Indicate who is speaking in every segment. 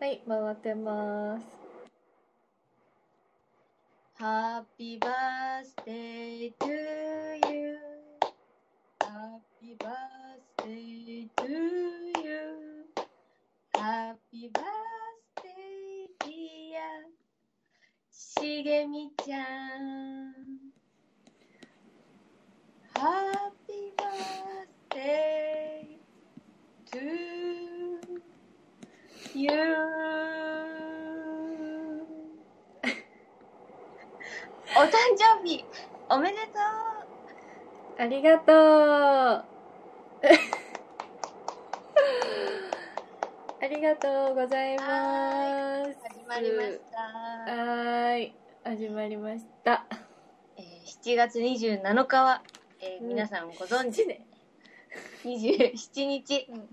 Speaker 1: はい、回ってます。
Speaker 2: Happy birthday to you. Happy birthday to you. Happy birthday, dear. しげみちゃん。Happy birthday to you. お誕生日おめでと
Speaker 1: ありがとう ありがとうございます
Speaker 2: う。始まりました、
Speaker 1: はーい、始まりました。
Speaker 2: えー7月27日は、えー
Speaker 1: うん
Speaker 2: 皆さんご存知
Speaker 1: 知ね。
Speaker 2: 27日
Speaker 1: うん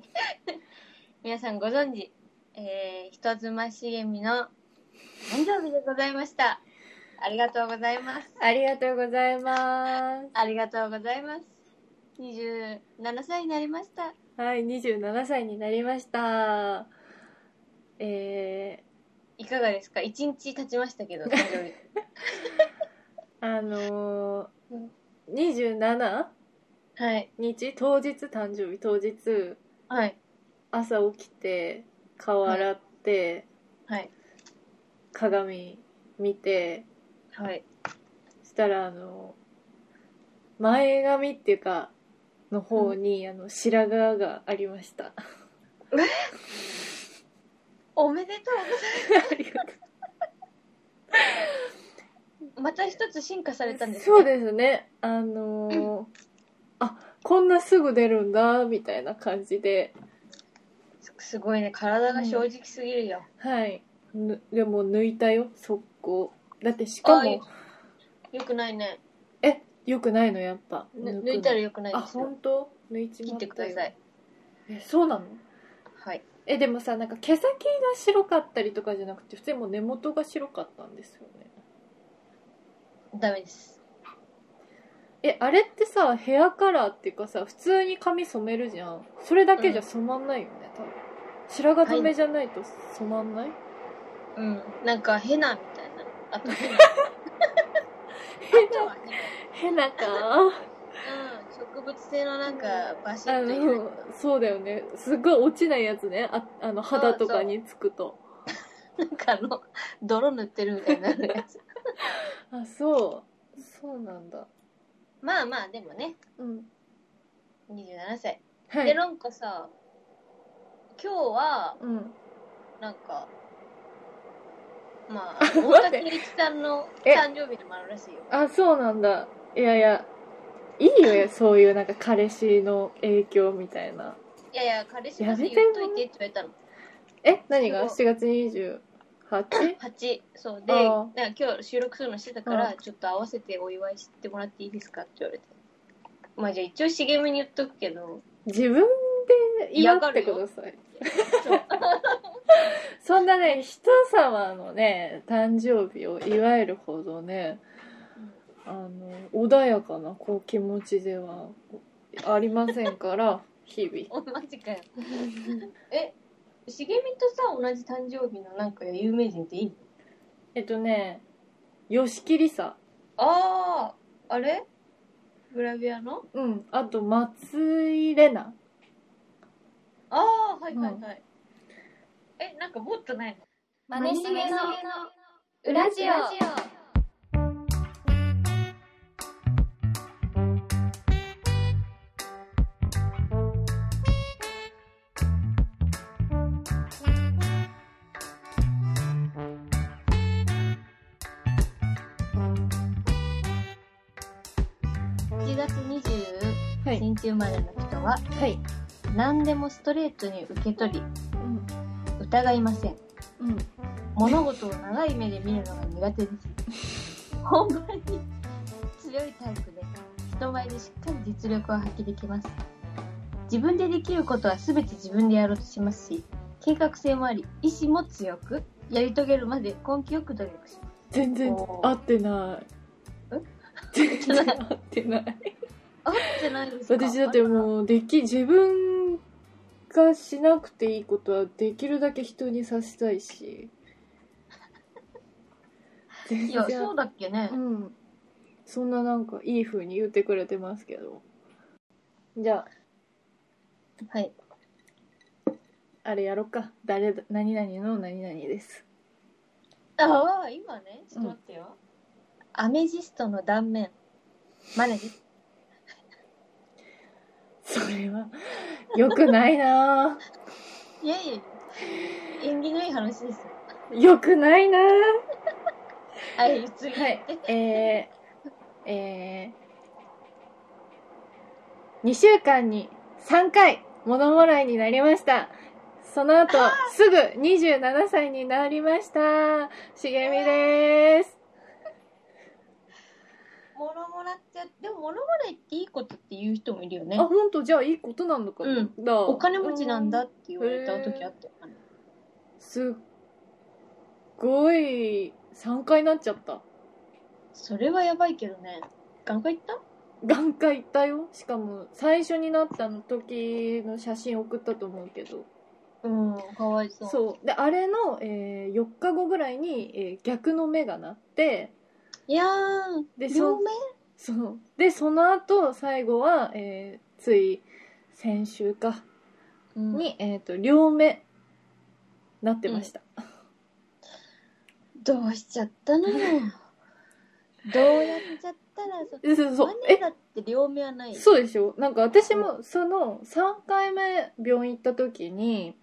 Speaker 2: 皆さんご存知、えー、人妻茂みの誕生日でございましたありがとうございます
Speaker 1: ありがとうございま
Speaker 2: ありがとうございます27歳になりました
Speaker 1: す。はい、27歳になりました。え
Speaker 2: いかがですか一日経ちましたけ ど誕生日
Speaker 1: ー、あの
Speaker 2: う
Speaker 1: ー
Speaker 2: ん、
Speaker 1: 27
Speaker 2: はい
Speaker 1: 日当日誕生日当日
Speaker 2: はい
Speaker 1: 朝起きて顔洗って、
Speaker 2: はい
Speaker 1: 鏡見て
Speaker 2: はい
Speaker 1: したらあの前髪っていうかの方に、あの白髪がありました
Speaker 2: おめでとうございます
Speaker 1: ありがと
Speaker 2: また一つ進化されたんで
Speaker 1: う
Speaker 2: すね
Speaker 1: そうですねあのーあこんなすぐ出るんだみたいな感じです
Speaker 2: ごいね体が正直すぎるよ、
Speaker 1: はいぬでも抜いたよ速攻だってしか
Speaker 2: あい
Speaker 1: も
Speaker 2: よくないね
Speaker 1: えよくないのやっぱ
Speaker 2: ぬ
Speaker 1: 抜くの
Speaker 2: 抜いたらよくない
Speaker 1: あ
Speaker 2: ですよ
Speaker 1: 本当抜いち
Speaker 2: 切
Speaker 1: まった
Speaker 2: って
Speaker 1: よ
Speaker 2: ください
Speaker 1: えそうなの
Speaker 2: はい
Speaker 1: えでもさなんか毛先が白かったりとかじゃなくて普通にもう根元が白かったんですよね
Speaker 2: ダメです
Speaker 1: えあれってさヘアカラーっていうかさ普通に髪染めるじゃんそれだけじゃ染まんないよね、多分白髪染めじゃないと染まんない、
Speaker 2: うんなんかヘナみたいなあと ヘナ
Speaker 1: ヘ
Speaker 2: あと
Speaker 1: ナ
Speaker 2: はヘ
Speaker 1: ヘナか
Speaker 2: ナうん植物性のなんかバシ
Speaker 1: あ
Speaker 2: ッと入れる
Speaker 1: のそうだよねすっごい落ちないやつねああの肌とかにつくと
Speaker 2: なんかあの泥塗ってるみたいになるやつ
Speaker 1: あそうそうなんだ
Speaker 2: まあまあでもね
Speaker 1: うん
Speaker 2: 27歳、
Speaker 1: は
Speaker 2: で
Speaker 1: い
Speaker 2: なんかさ今日は
Speaker 1: うん
Speaker 2: なんかまあ
Speaker 1: 待って
Speaker 2: 大竹栄一さんの
Speaker 1: え
Speaker 2: 誕生日でもあるらしいよ
Speaker 1: あそうなんだいやいやいいよそういうなんか彼氏の影響みたいない
Speaker 2: やいや、彼氏が
Speaker 1: や
Speaker 2: 言
Speaker 1: め
Speaker 2: ってといてって言われたの。
Speaker 1: え何が
Speaker 2: す
Speaker 1: 7月 28?
Speaker 2: 8、そうで、
Speaker 1: あー
Speaker 2: なんか今日収録するのしてたから、
Speaker 1: う
Speaker 2: ちょっと合わせてお祝いしてもらっていいですかって言われて。まあじゃあ一応茂みに言っとくけど、
Speaker 1: 自分で祝ってください
Speaker 2: そう
Speaker 1: そんなね人様のね誕生日を祝えるほどねあの穏やかなこう気持ちではありませんから 日々
Speaker 2: おマジかよ。え、茂みとさ、同じ誕生日のなんか有名人っていいの
Speaker 1: えっとね吉木りさ
Speaker 2: ああ、あれグラビアの
Speaker 1: うんあと松井玲奈
Speaker 2: ああ、はいはいはい。え、なんかもっとないの
Speaker 1: マネしげの
Speaker 2: 裏ジオ7月
Speaker 1: は
Speaker 2: 27
Speaker 1: い
Speaker 2: 日生まれの人は
Speaker 1: はい
Speaker 2: 何でもストレートに受け取り
Speaker 1: うん
Speaker 2: 疑いません
Speaker 1: うん
Speaker 2: 物事を長い目で見るのが苦手です 本番に強いタイプで人前でしっかり実力を発揮できます自分でできることは全て自分でやろうとしますし計画性もあり意志も強くやり遂げるまで根気よく努力します
Speaker 1: 全然
Speaker 2: おー
Speaker 1: 合ってない
Speaker 2: え
Speaker 1: 全然合ってない
Speaker 2: あってないですか
Speaker 1: 私だってもうでき自分果しなくていいことはできるだけ人にさせたいし全
Speaker 2: いや、そうだっけね
Speaker 1: う。んそんななんかいい風に言ってくれてますけどじゃ
Speaker 2: はい。
Speaker 1: ああれやろっか誰だ何々の何々です
Speaker 2: ああ、今ね、ちょっと待ってよ。アメジストの断面。マネです。
Speaker 1: それは良くないなぁ
Speaker 2: いやいやいや縁起のいい話ですよ。
Speaker 1: 良くないなぁ
Speaker 2: はい、次。
Speaker 1: はいえー、えー、2週間に3回物もらいになりましたその後すぐ27歳になりました茂みです
Speaker 2: もろもらっちゃでももろもらいっていいことって言う人もいるよね
Speaker 1: あ、本当じゃあいいことなんだから。
Speaker 2: うん
Speaker 1: だ
Speaker 2: お金持ちなんだって言われた時あったよね
Speaker 1: すっごい、3回なっちゃった。
Speaker 2: それはやばいけどね眼科行った
Speaker 1: 眼科行ったよ。しかも、最初になったの時の写真送ったと思うけど。
Speaker 2: うんかわいそ
Speaker 1: そうう。で、あれの、えー4日後ぐらいに、えー逆の目がなって、
Speaker 2: いや
Speaker 1: で、
Speaker 2: ー
Speaker 1: そ
Speaker 2: 両
Speaker 1: う
Speaker 2: 目
Speaker 1: そう。で、その後、最後は、えーつい、先週か、
Speaker 2: うん
Speaker 1: に、えっ、と、両目、なってました。
Speaker 2: どうしちゃっ たのよどうやっちゃったらそ
Speaker 1: でそうそう
Speaker 2: マ。
Speaker 1: え
Speaker 2: ネ、だって両目はない
Speaker 1: そうでしょなんか私もその3回目病院行った時に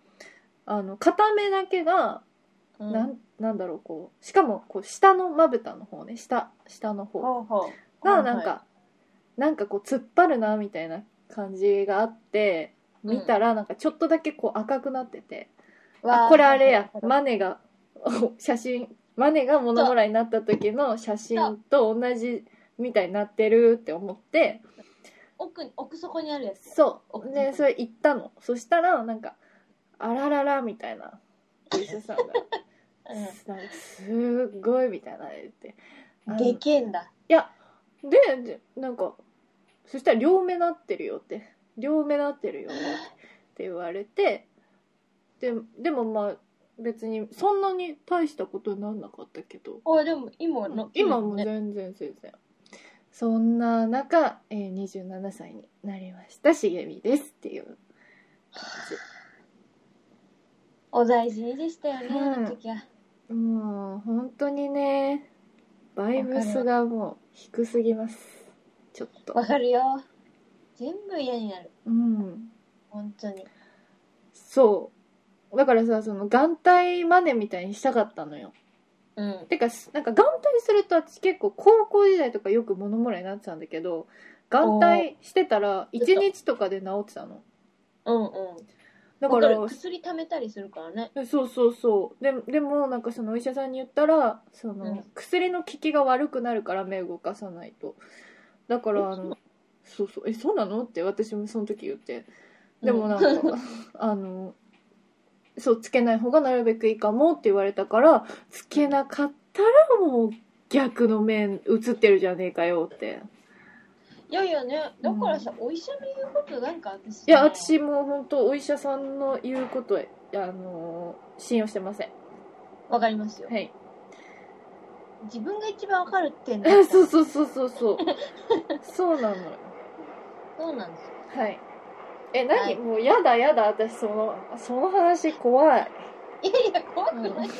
Speaker 1: あの片目だけが、
Speaker 2: うん
Speaker 1: なんなんだろうこうしかもこう下のまぶたの方ね下下の方
Speaker 2: ほうほう
Speaker 1: がなんか、
Speaker 2: は
Speaker 1: なんかこう突っ張るなみたいな感じがあって見たらなんかちょっとだけこう赤くなってて、
Speaker 2: いはい
Speaker 1: あこれあれや
Speaker 2: わー
Speaker 1: マネが 写真マネが物もらいになった時の写真と同じみたいになってるって思って。
Speaker 2: 奥に奥底にあるやつ
Speaker 1: そう。で、それ行ったの。そしたら、なんか、あららら、みたいな、お医者さんが、
Speaker 2: う
Speaker 1: なんかすっごい、みたいな言って。あ
Speaker 2: ん
Speaker 1: の
Speaker 2: でけえんだ
Speaker 1: いや、で、でなんか、そしたら、両目なってるよって。両目なってるよって言われて、で、でもまあ、別に、そんなに大したことにならなかったけど、
Speaker 2: おいでも今の
Speaker 1: 今も
Speaker 2: ね
Speaker 1: 全然全然。そんな中、えー、27歳になりました、しげみですっていう感
Speaker 2: お大事にでしたよね、
Speaker 1: うん
Speaker 2: あの時は。
Speaker 1: じ。もう、本当にね、バイブスがもう低すぎます。ちょっと
Speaker 2: わ。かるよ。全部嫌になる。
Speaker 1: うん。
Speaker 2: 本当に。
Speaker 1: そう。だからさ、その眼帯マネみたいにしたかったのよ。
Speaker 2: うん。
Speaker 1: てか、なんか眼帯すると私結構高校時代とかよく物もらいになってたんだけど、眼帯してたら1日とかで治ってたの。
Speaker 2: うんうん。
Speaker 1: だか
Speaker 2: わからる。、薬溜めたりするからね。
Speaker 1: そうそうそうででもなんかそのお医者さんに言ったらその、
Speaker 2: うん
Speaker 1: 薬の効きが悪くなるから目動かさないとだからあのそうそうえそうなのって私もその時言ってでも なんか、あのそうつけない方がなるべくいいかもって言われたからつけなかったらもう逆の面映ってるじゃねえかよって
Speaker 2: いやいやね、だからさ、お医者の言うことなんか私、
Speaker 1: いや私も本当お医者さんの言うことあの信用してません
Speaker 2: わかりますよ。
Speaker 1: はい
Speaker 2: 自分が一番わかるってんだ
Speaker 1: え そうそうそうそうそうそうなのよ
Speaker 2: そうなんですよ。
Speaker 1: はいえ何、
Speaker 2: はい
Speaker 1: もうやだやだ私そのその話怖い
Speaker 2: いやいや、怖くないよ。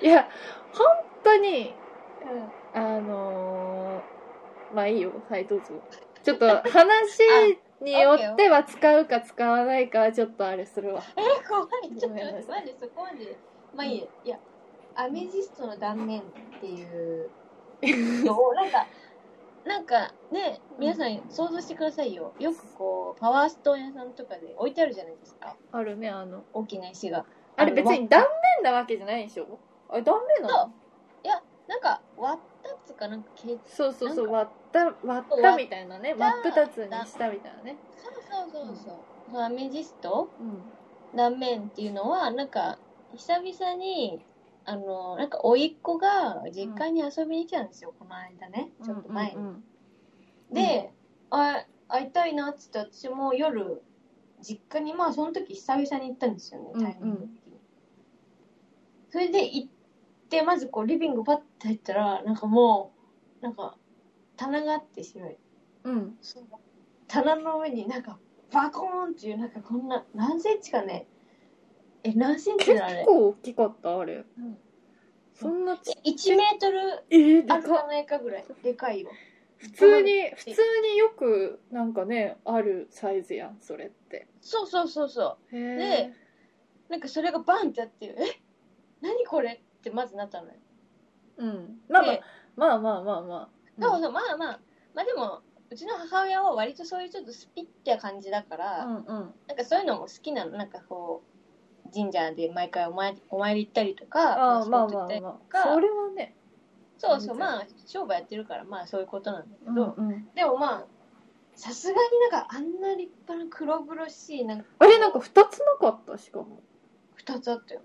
Speaker 1: いや本当に
Speaker 2: うん。
Speaker 1: あのーまあいいよはいどうぞちょっと話によっては使うか使わないかはちょっとあれするわ
Speaker 2: え、怖い。ちょっと
Speaker 1: ごめんな
Speaker 2: 待って、
Speaker 1: さ
Speaker 2: までそこまで。まあいいや。いや、アメジストの断面っていうよ なんかなんかね皆さん想像してくださいよよくこうパワーストーン屋さんとかで置いてあるじゃないですか
Speaker 1: あるねあの
Speaker 2: 大きな石が
Speaker 1: あれ別に断面なわけじゃないでしょあれ断面なの
Speaker 2: なんか割ったっつうかなんかけ
Speaker 1: そうそうそう
Speaker 2: なん
Speaker 1: 割った割ったみたいなね真っ二つにしたみたいなね
Speaker 2: そうそうそうそう、そのアメジスト
Speaker 1: うん
Speaker 2: 断面っていうのはなんか久々にあのなんか甥っ子が実家に遊びに来たんですよ、この間ねちょっと前に、
Speaker 1: うんうんうん
Speaker 2: で、あ会いたいなっつって私も夜実家にまあその時久々に行ったんですよね
Speaker 1: うんうん
Speaker 2: タイミング的に、それで行ってまずこうリビングパッて入ったらなんかもうなんか棚があって白い
Speaker 1: うん。
Speaker 2: その棚の上になんかバコーンっていうなんかこんな何センチかねえ何センチ
Speaker 1: 結
Speaker 2: だあれ
Speaker 1: 構大きかった、あれ
Speaker 2: うん。
Speaker 1: そんなち、
Speaker 2: 1メートル
Speaker 1: えー、で
Speaker 2: ある
Speaker 1: か
Speaker 2: か
Speaker 1: っ
Speaker 2: ないかぐらいでかいよ
Speaker 1: 普通に、普通によく、なんかね、あるサイズやん、それって。
Speaker 2: そうそうそうそう
Speaker 1: へ
Speaker 2: でなんかそれがバンってあってえ何これってまずなったのよ
Speaker 1: うん。まあまあ
Speaker 2: で、
Speaker 1: まあまあまあまあ。
Speaker 2: そうそう、まあまあ、まあでも、うちの母親は割とそういうちょっとスピッて感じだから、
Speaker 1: うんうん。
Speaker 2: なんかそういうのも好きなの、なんかこう、神社で毎回お参りお参り行ったりと
Speaker 1: あ
Speaker 2: か、
Speaker 1: あ、まあ
Speaker 2: そういうこと行
Speaker 1: ま
Speaker 2: っ
Speaker 1: あ
Speaker 2: たり
Speaker 1: まあ。
Speaker 2: か
Speaker 1: それはね。
Speaker 2: そうそう、
Speaker 1: 全然
Speaker 2: まあ、商売やってるから、まあそういうことなんだけ
Speaker 1: うん
Speaker 2: ど、
Speaker 1: うん。
Speaker 2: でもまあ、さすがになんかあんな立派な黒々しい、なんか
Speaker 1: あれ、なんか二つなかった、しかも。
Speaker 2: 二つあったよ。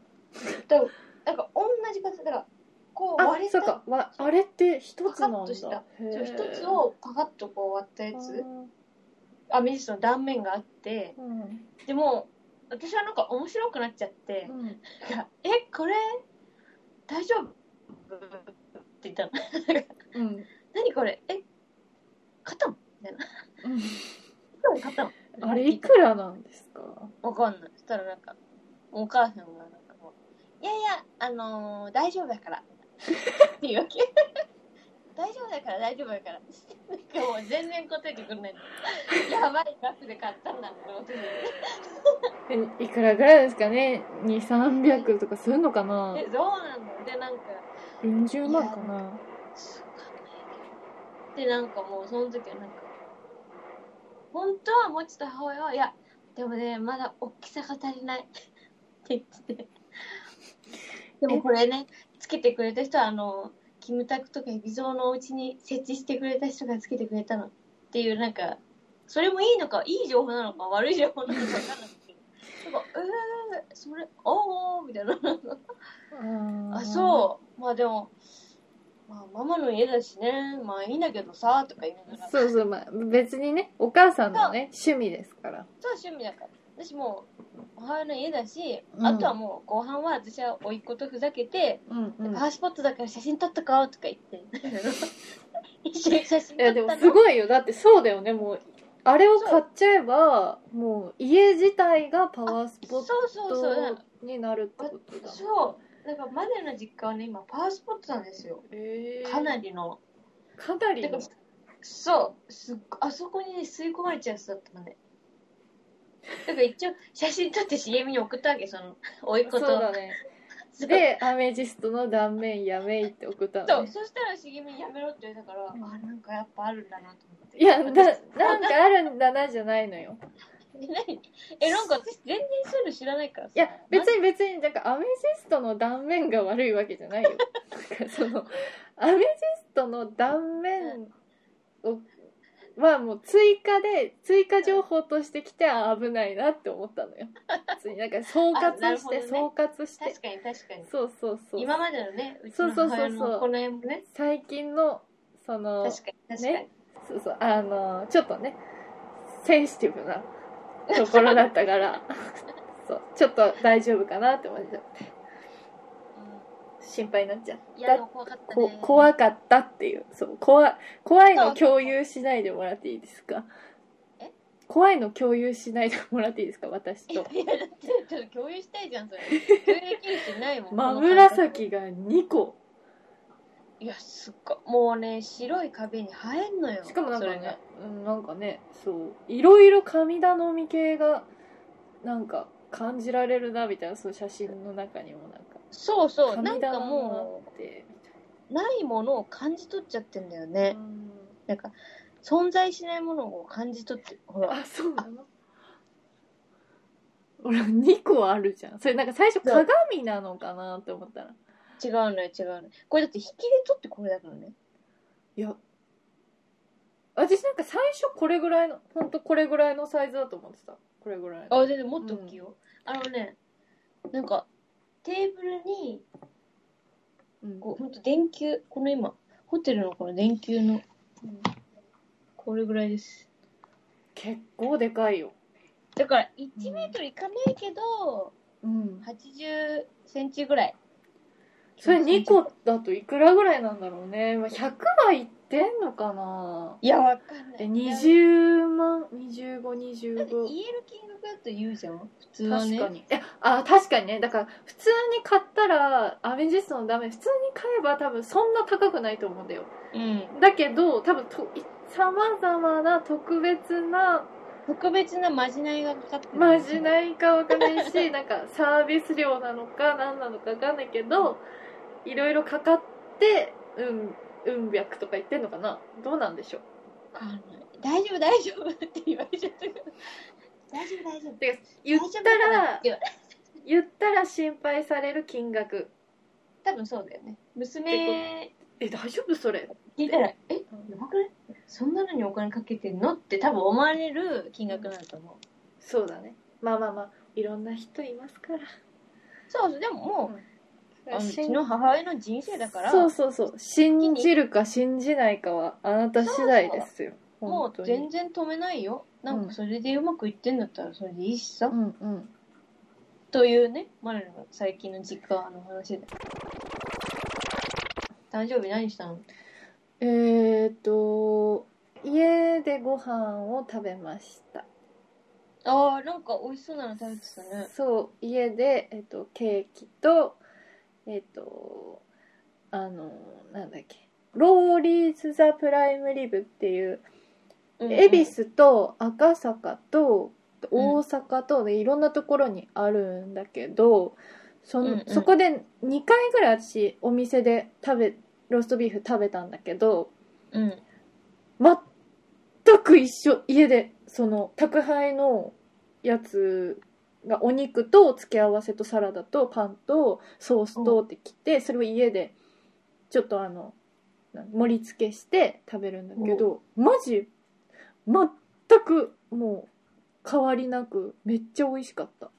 Speaker 2: だからなんか同じ形、だから、こう
Speaker 1: あ
Speaker 2: 割、れた、
Speaker 1: そうか、わあれって一つなん
Speaker 2: パカッとし
Speaker 1: だ
Speaker 2: た。
Speaker 1: へー
Speaker 2: そう一つ、をパカッとこう割ったやつ、アメジスの断面があって、
Speaker 1: あーうん
Speaker 2: でも私はなんか面白くなっちゃって
Speaker 1: う、ん
Speaker 2: なんかえこれ大丈夫って言ったの
Speaker 1: うん
Speaker 2: 何これえ肩も
Speaker 1: うん
Speaker 2: 肩 も
Speaker 1: あれいくらなんですか
Speaker 2: わかんないそしたらなんかお母さんがなんかもう「いやいやあのー大丈夫だから」って言うわけ 大丈夫だから大丈夫だから なんかもう全然答えてくれないのやばい額で買ったんだって思って
Speaker 1: えいくらぐらいですかね2300とかするのかな
Speaker 2: えそうなのでなんか
Speaker 1: 40万かな
Speaker 2: でなんかもうその時はなんか本当はもうちょっと母親は「いやでもねまだ大きさが足りない」って言っててでもこれねつけてくれた人はあのキムタクとかエビゾウのお家に設置してくれた人がつけてくれたのっていうなんかそれもいいのかいい情報なのか悪い情報なのか分かんなくてなんか「えー、それおーおー」みたいなあそうまあでも、まあ、ママの家だしねまあいいんだけどさとか言いながら
Speaker 1: そうそうまあ別にねお母さんのね趣味ですから
Speaker 2: そう趣味だから私もう母親の家だし、
Speaker 1: うん
Speaker 2: あとはもう後半は私は甥っ子とふざけて、
Speaker 1: うんうん
Speaker 2: パワースポットだから写真撮っとこうとか言って 一緒に写真
Speaker 1: いや
Speaker 2: 撮
Speaker 1: で
Speaker 2: った
Speaker 1: も
Speaker 2: の
Speaker 1: すごいよだってそうだよねもうあれを買っちゃえばもう家自体がパワースポ
Speaker 2: そう
Speaker 1: ッ
Speaker 2: そうそう
Speaker 1: トになるってことだ
Speaker 2: そうだからマネの実家はね今パワースポットなんですよ
Speaker 1: えー
Speaker 2: かなりの、
Speaker 1: かなりの
Speaker 2: てかそうすっごあそこにね吸い込まれちゃうやつだったのねだから一応写真撮って CM に送ったわけその甥っ
Speaker 1: そ
Speaker 2: 子
Speaker 1: う
Speaker 2: と
Speaker 1: だねでアメジストの断面やめいって送った
Speaker 2: そ
Speaker 1: の、
Speaker 2: う
Speaker 1: ね、
Speaker 2: そしたら茂みやめろって言われたから、
Speaker 1: うん
Speaker 2: あなんかやっぱあるんだなと思って
Speaker 1: いやな
Speaker 2: 私
Speaker 1: なんかあるんだなじゃないのよ
Speaker 2: え何えなんか私全然そういうの知らないからさ
Speaker 1: いや別に別になんかアメジストの断面が悪いわけじゃ ないよなんかそのアメジストの断面をはもう追加で追加情報としてきてあ危ないなって思ったの よ別になんか総括
Speaker 2: あなる
Speaker 1: し
Speaker 2: ほ
Speaker 1: て、
Speaker 2: どね
Speaker 1: 総括して
Speaker 2: 確かに確かに
Speaker 1: そうそうそう
Speaker 2: 今までのねうち
Speaker 1: そう
Speaker 2: の
Speaker 1: そうそう
Speaker 2: 母
Speaker 1: そう
Speaker 2: 親の行いもね
Speaker 1: 最近のその
Speaker 2: 確かに確かに、
Speaker 1: ねそうそう、あの、ちょっとね、センシティブなところだった から、そう、ちょっと大丈夫かなって思って、心配になっちゃう。
Speaker 2: うんいやでも怖かった
Speaker 1: こ
Speaker 2: ね
Speaker 1: 怖かったっていう、そう、怖、怖いの共有しないでもらっていいですか
Speaker 2: え
Speaker 1: 怖いの共有しないでもらっていいですか私
Speaker 2: いや
Speaker 1: と。
Speaker 2: いやだってちょっと共有したいじゃんそれ共有できる人 いないもん
Speaker 1: 真
Speaker 2: この感覚
Speaker 1: 紫が2個。
Speaker 2: いやすっごいもうね白い壁に生えんのよ
Speaker 1: しかもなんか
Speaker 2: それが
Speaker 1: ね、うん、なんかね、そう、いろいろ神頼み系が、なんか感じられるな、みたいな、その写真の中にもなんか。
Speaker 2: そうそうな
Speaker 1: 神
Speaker 2: ん
Speaker 1: 棚
Speaker 2: かも
Speaker 1: があって
Speaker 2: うないものを感じ取っちゃってんだよね、
Speaker 1: うん
Speaker 2: なんか存在しないものを感じ取ってほら
Speaker 1: あそうなの俺2個あるじゃんそれなんか最初鏡なのかなって思ったら
Speaker 2: 違うのよ違うのよこれだって引きで取ってこれだからね
Speaker 1: いや私なんか最初これぐらいのほんとこれぐらいのサイズだと思ってたこれぐらいの
Speaker 2: あ全然もっと大きいよ、あのねなんかテーブルに
Speaker 1: うん
Speaker 2: こうほんと電球この今ホテルのこの電球の
Speaker 1: うん
Speaker 2: これぐらいです
Speaker 1: 結構でかいよ
Speaker 2: だから1メートルいかないけど、
Speaker 1: うん。
Speaker 2: 80センチぐらい。
Speaker 1: それ2個だといくらぐらいなんだろうね。まあ100はいってんのかない
Speaker 2: や、わかんない。
Speaker 1: え、
Speaker 2: いや
Speaker 1: 20万、25、
Speaker 2: だって
Speaker 1: 25。
Speaker 2: 言える金額だと言うじゃん。普通は
Speaker 1: 確
Speaker 2: ね。
Speaker 1: かに。え、あ、確かにね。だから、普通に買ったら、アメジストのダメ、普通に買えば多分そんな高くないと思うんだよ。
Speaker 2: うん。
Speaker 1: だけど、多分と、さまざまな特別な、
Speaker 2: 特別なまじないがかかってる
Speaker 1: まじないかわかんない し、なんかサービス料なのか何なのかわかんないけど、いろいろかかって、うん、うん百とか言ってんのかなどうなんでしょう
Speaker 2: わかんない大丈夫、大丈夫って言われちゃったけど。大丈夫、大丈夫。
Speaker 1: 言ったら、言ったら心配される金額。
Speaker 2: 多分そうだよね。娘
Speaker 1: え、大丈夫それ
Speaker 2: 聞いたら、え、やばくないそんなのにお金かけてんのって多分思われる金額なんだと思う。
Speaker 1: そうだね。まあまあまあ、いろんな人いますから。
Speaker 2: そうそう、でももう、あのうちの母親の人生だから、
Speaker 1: そうそうそう。信じるか信じないかはあなた次第ですよ。
Speaker 2: も
Speaker 1: 本当
Speaker 2: う
Speaker 1: に
Speaker 2: 全然止めないよ。なん
Speaker 1: うん
Speaker 2: かそれでうまくいってんだったらそれでいいしさ。
Speaker 1: うんうん。
Speaker 2: というね、マネルの最近の実家の話で。誕生日何したの
Speaker 1: えー、と、家でご飯を食べました。
Speaker 2: ああ、なんか美味しそうなの食べてたね。
Speaker 1: そう、家で、えっと、ケーキと、えっと、あの、なんだっけ、ローリーズ・ザ・プライム・リブっていう、
Speaker 2: うん
Speaker 1: 恵比寿と赤坂と大阪とでいろんなところにあるんだけど、その
Speaker 2: うんうん
Speaker 1: そこで2回ぐらい私お店で食べローストビーフ食べたんだけど
Speaker 2: うん。
Speaker 1: 全く一緒家でその宅配のやつがお肉と付け合わせとサラダとパンとソースとってきてそれを家でちょっとあのなん盛り付けして食べるんだけどマジ全くもう変わりなくめっちゃ美味しかった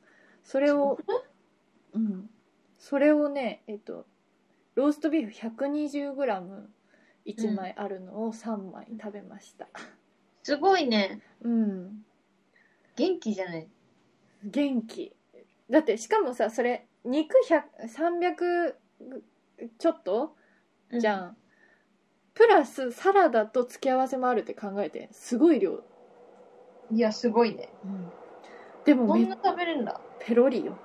Speaker 1: それをうんそれをねえっとローストビーフ 120g1 枚あるのを3枚食べました
Speaker 2: すごいね。
Speaker 1: うん
Speaker 2: 元気じゃない。
Speaker 1: 元気だってしかもさそれ肉100 300ちょっとじゃん、プラスサラダと付け合わせもあるって考えてすごい量、
Speaker 2: うん。いや、すごいね。
Speaker 1: でも
Speaker 2: こん
Speaker 1: め
Speaker 2: な食べるんだ。
Speaker 1: ペロリよ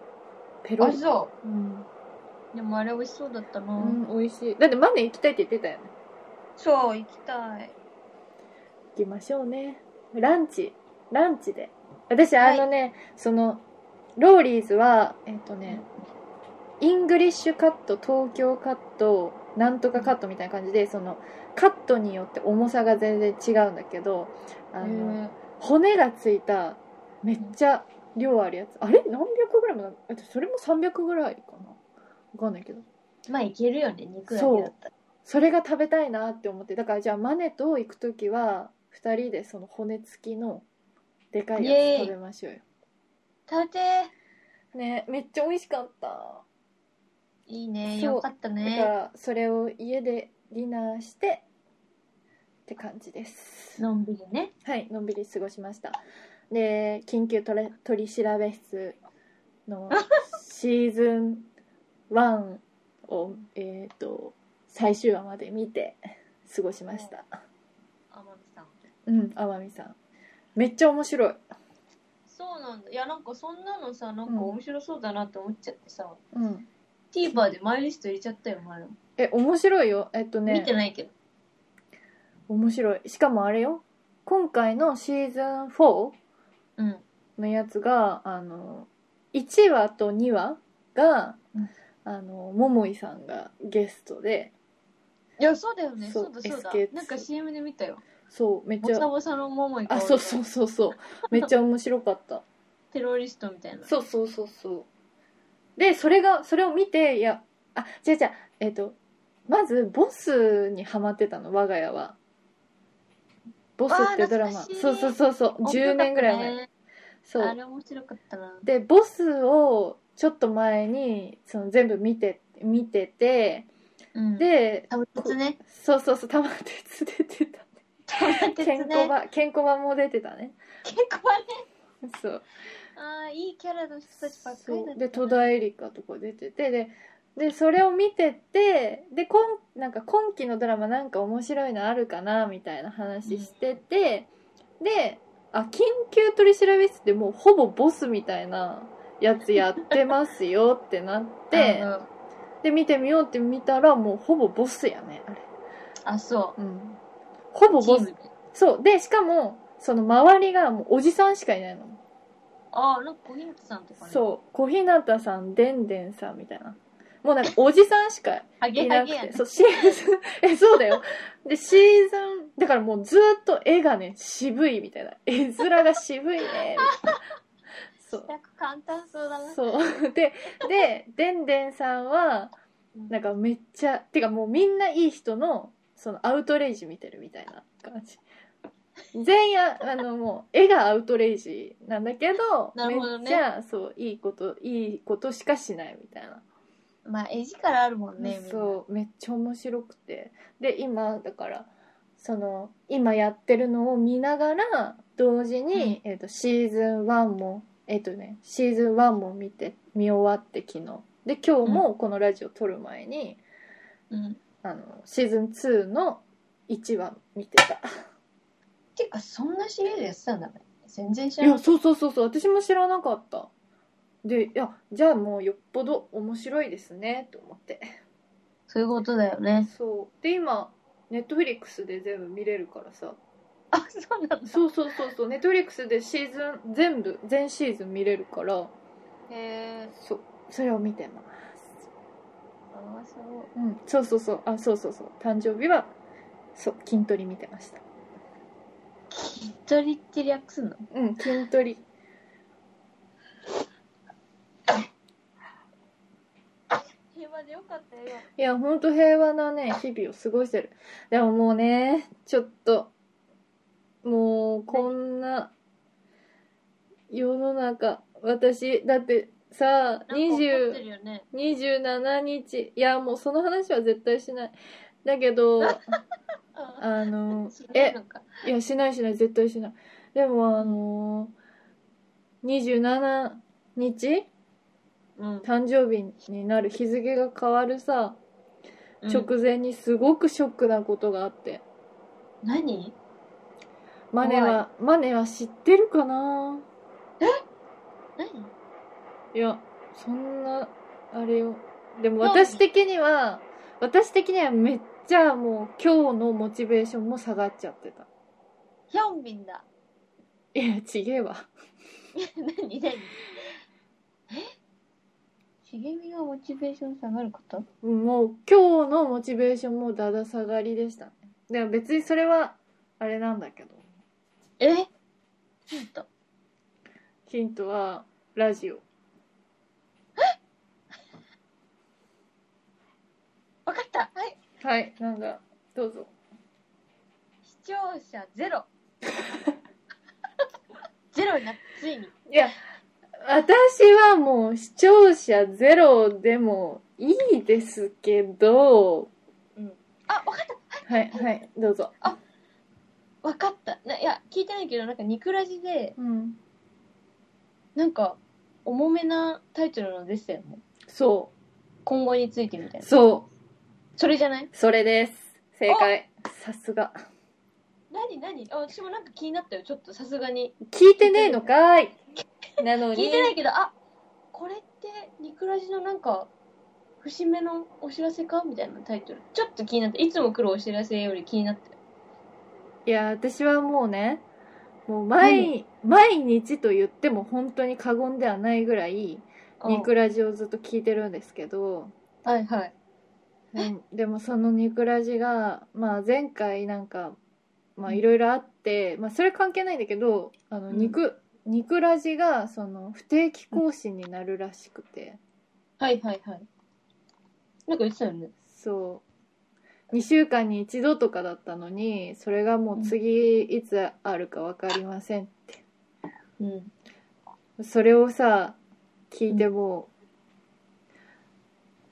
Speaker 1: ペロ
Speaker 2: あ、
Speaker 1: リ
Speaker 2: そ
Speaker 1: うん、
Speaker 2: う。でもあれ美味しそうだったな。
Speaker 1: うん、美味しいだってマネ行きたいって言ってたよね
Speaker 2: そう、行きたい。
Speaker 1: 行きましょうねランチランチで私
Speaker 2: は
Speaker 1: あ
Speaker 2: い
Speaker 1: のね、そのローリーズはえっ、とねイングリッシュカット東京カットなんとかカットみたいな感じでそのカットによって重さが全然違うんだけどあ
Speaker 2: へ
Speaker 1: の、
Speaker 2: ー
Speaker 1: 骨がついためっちゃ量あるやつあれ何百グラムなのえっとそれも300ぐらいかなわかんないけど
Speaker 2: まあ、いけるよね。肉だけだったら。
Speaker 1: それが食べたいなって思ってだからじゃあマネと行く時は2人でその骨付きのでかい
Speaker 2: イエ
Speaker 1: や
Speaker 2: ー
Speaker 1: つ
Speaker 2: イ
Speaker 1: 食べましょうよ
Speaker 2: 食べてー。
Speaker 1: ねめっちゃ美味しかった
Speaker 2: いいね。
Speaker 1: そう
Speaker 2: よかった
Speaker 1: だか
Speaker 2: ね。
Speaker 1: らそれを家でディナーしてって感じです
Speaker 2: のんびりね。
Speaker 1: はいのんびり過ごしましたで緊急取れ取り調べ室のシーズン1をえっ、と最終話まで見て過ごしました
Speaker 2: 天海さん。
Speaker 1: うん天海さんめっちゃ面白い
Speaker 2: そうなんだ。いや、なんかそんなのさ、なんか面白そうだなって思っちゃってさ、
Speaker 1: うん、
Speaker 2: TVer でマイリスト入れちゃったよ、前も。
Speaker 1: え面白いよえっと
Speaker 2: 見て
Speaker 1: ね
Speaker 2: ないけど。
Speaker 1: 面白いしかもあれよ今回のシーズン4
Speaker 2: うん。
Speaker 1: のやつがあの1話と2話が、
Speaker 2: うん
Speaker 1: あの桃井さんがゲストで
Speaker 2: いや、そうだよね。
Speaker 1: そ
Speaker 2: そううだそうだ
Speaker 1: SK2。
Speaker 2: なんか CM で見たよ。
Speaker 1: そうめっ
Speaker 2: ボ
Speaker 1: ちゃ
Speaker 2: サボサの桃井かお
Speaker 1: あ
Speaker 2: りが
Speaker 1: そうそうそうそうめっちゃ面白かった
Speaker 2: テロリストみたいな。
Speaker 1: そうそうそうそうでそれがそれを見ていやあ違う違うえっ、とまずボスにハマってたの我が家はボスってドラマ
Speaker 2: あー懐かしい
Speaker 1: そうそうそうそう10年ぐらい前、
Speaker 2: 面白かったね
Speaker 1: そう
Speaker 2: あれ面白かったな。
Speaker 1: でボスをちょっと前にその全部見て見てて
Speaker 2: うん、
Speaker 1: で
Speaker 2: タブ鉄ね。
Speaker 1: そうそうそう玉鉄出てた
Speaker 2: タブ鉄
Speaker 1: ケ
Speaker 2: ね。
Speaker 1: ンコバケンコバも出てたね
Speaker 2: 健康はね。
Speaker 1: そう
Speaker 2: ああ、いいキャラの人たちばっかり
Speaker 1: そ
Speaker 2: だった
Speaker 1: う
Speaker 2: な
Speaker 1: で戸田恵梨香とか出ててででそれを見ててで今なんか今期のドラマなんか面白いのあるかなみたいな話してて、であ緊急取調べ室でもうほぼボスみたいなやつやってますよってなって
Speaker 2: あ
Speaker 1: で見てみようって見たらもうほぼボスやねあれ、
Speaker 2: あ、そ
Speaker 1: うん、ほぼ
Speaker 2: う。チ
Speaker 1: ボ
Speaker 2: ーム
Speaker 1: ス
Speaker 2: で。
Speaker 1: そうでしかもその周りがもうおじさんしかいないの
Speaker 2: ああ、なんか小日向さんとかね。う。
Speaker 1: そう小日向さんでんでんさんみたいなもうなんかおじさんしか
Speaker 2: ハゲ
Speaker 1: い
Speaker 2: ハ
Speaker 1: なく
Speaker 2: ゲやね
Speaker 1: て。そうシーズンえそうだよでシーズンだからもうずっと絵がね渋いみたいな絵面が渋いねみたいなそう
Speaker 2: なんか簡単そうだな。
Speaker 1: そうでででんでんさんはなん
Speaker 2: か、
Speaker 1: かめっちゃてかもうみんないい人のそのアウトレイジ見てるみたいな感じ全員ああのもう絵がアウトレイジなんだけど
Speaker 2: なるほどね
Speaker 1: めっちゃそういいこといいことしかしないみたいな
Speaker 2: まあ、絵力あるもんね。みんな
Speaker 1: そうめっちゃ面白くてで今だからその今やってるのを見ながら同時に、えー、とシーズン1もえっ、とねシーズン1も見て見終わって昨日で今日もこのラジオ撮る前に、
Speaker 2: うん。
Speaker 1: あのシーズン2の1話見てた
Speaker 2: てか、そんなシリーズやってたんだね。全然知
Speaker 1: い
Speaker 2: らな
Speaker 1: や
Speaker 2: い。
Speaker 1: そうそうそうそう私も知らなかったでいやじゃあもうよっぽど面白いですねと思って
Speaker 2: そういうことだよね。
Speaker 1: そうで今ネットフリックスで全部見れるからさ
Speaker 2: あ、そうなんだ。
Speaker 1: そうそうそうそうネットフリックスでシーズン全部全シーズン見れるから
Speaker 2: へえ。
Speaker 1: そうそれを見てます
Speaker 2: ああ、そう。
Speaker 1: うんそうそうそうあそうそうそう誕生日はそう筋トレ見てました
Speaker 2: 筋トレって略すんの
Speaker 1: うん筋トレ
Speaker 2: 平和でよかったよ。
Speaker 1: いや、ほんと平和なね、日々を過ごしてる。でももうね、ちょっと、もう、こんな、世の中、私、だってさ、
Speaker 2: なんか怒って
Speaker 1: 20
Speaker 2: るよね。
Speaker 1: 27日、いや、もうその話は絶対しない。だけ ど、
Speaker 2: あ
Speaker 1: あの
Speaker 2: 知、らな
Speaker 1: え
Speaker 2: い、のか
Speaker 1: いや、しないしない、絶対しない。でも、あの27日
Speaker 2: うん。
Speaker 1: 誕生日になる日付が変わるさ、直前にすごくショックなことがあって、
Speaker 2: 何
Speaker 1: マネはマネは知ってるかな
Speaker 2: 何
Speaker 1: いやそんなあれよでも
Speaker 2: うん
Speaker 1: 私的には私的にはめっちゃもう今日のモチベーションも下がっちゃってた
Speaker 2: ヒョンビンだ。
Speaker 1: いやちげえわ
Speaker 2: 何何え茂みがモチベーション下がること
Speaker 1: もう今日のモチベーションもだだ下がりでしたねでも別にそれはあれなんだけど
Speaker 2: えヒント。
Speaker 1: ヒントはラジオ
Speaker 2: わかったはい
Speaker 1: はいなんだどうぞ
Speaker 2: 視聴者ゼ ロゼロになったついに。
Speaker 1: いや、私はもう視聴者ゼロでもいいですけど、
Speaker 2: あ、わかった
Speaker 1: はい、はい、どうぞ。
Speaker 2: わかったないや、聞いてないけど、なんかニクラジで、
Speaker 1: うん。
Speaker 2: なんか、重めなタイトルのでしたよね。
Speaker 1: そ、
Speaker 2: 今後についてみたいうな。
Speaker 1: そう、
Speaker 2: それじゃない
Speaker 1: それです。正解。さすが。
Speaker 2: 何何あ、私もなんか気になったよ。ちょっとさすがに。
Speaker 1: 聞いてねえのかい。なのに。
Speaker 2: 聞いてないけど、あこれって、ニクラジのなんか、節目のお知らせかみたいなタイトル。ちょっと気になった。いつも来るお知らせより気になった。
Speaker 1: いや、私はもうね、もう毎、毎日と言っても本当に過言ではないぐらい、ニクラジをずっと聞いてるんですけど、
Speaker 2: はいはい。
Speaker 1: うんでもそのニクラジが、まあ、前回なんかまあいろいろあって、まあ、それ関係ないんだけどあの
Speaker 2: うん
Speaker 1: 肉、ニクラジがその不定期更新になるらしくて、
Speaker 2: はいはいはい。なんか言ってたよね。
Speaker 1: そう2週間に1度とかだったのにそれがもう次いつあるか分かりませんって
Speaker 2: うん。
Speaker 1: それをさ聞いても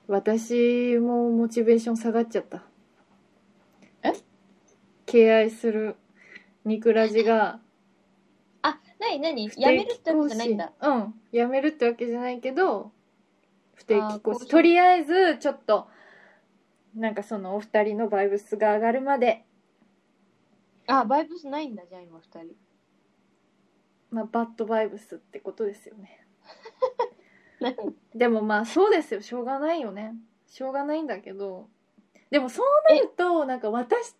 Speaker 1: う、私もモチベーション下がっちゃった
Speaker 2: え
Speaker 1: 敬愛するニクラジが
Speaker 2: あ、なえ、何やめるってことじゃないん
Speaker 1: 不
Speaker 2: だ。
Speaker 1: 定期更新うん。やめるってわけじゃないけど、不定期更
Speaker 2: あー更新
Speaker 1: 新。とりあえず、ちょっと、なんかそのお二人のバイブスが上がるまで、
Speaker 2: あ、バイブスないんだ、じゃあ今二人。
Speaker 1: まあ、バッドバイブスってことですよね。
Speaker 2: なん
Speaker 1: でもまあ、そうですよ。しょうがないよね。しょうがないんだけど。でもそうなると、なんか私、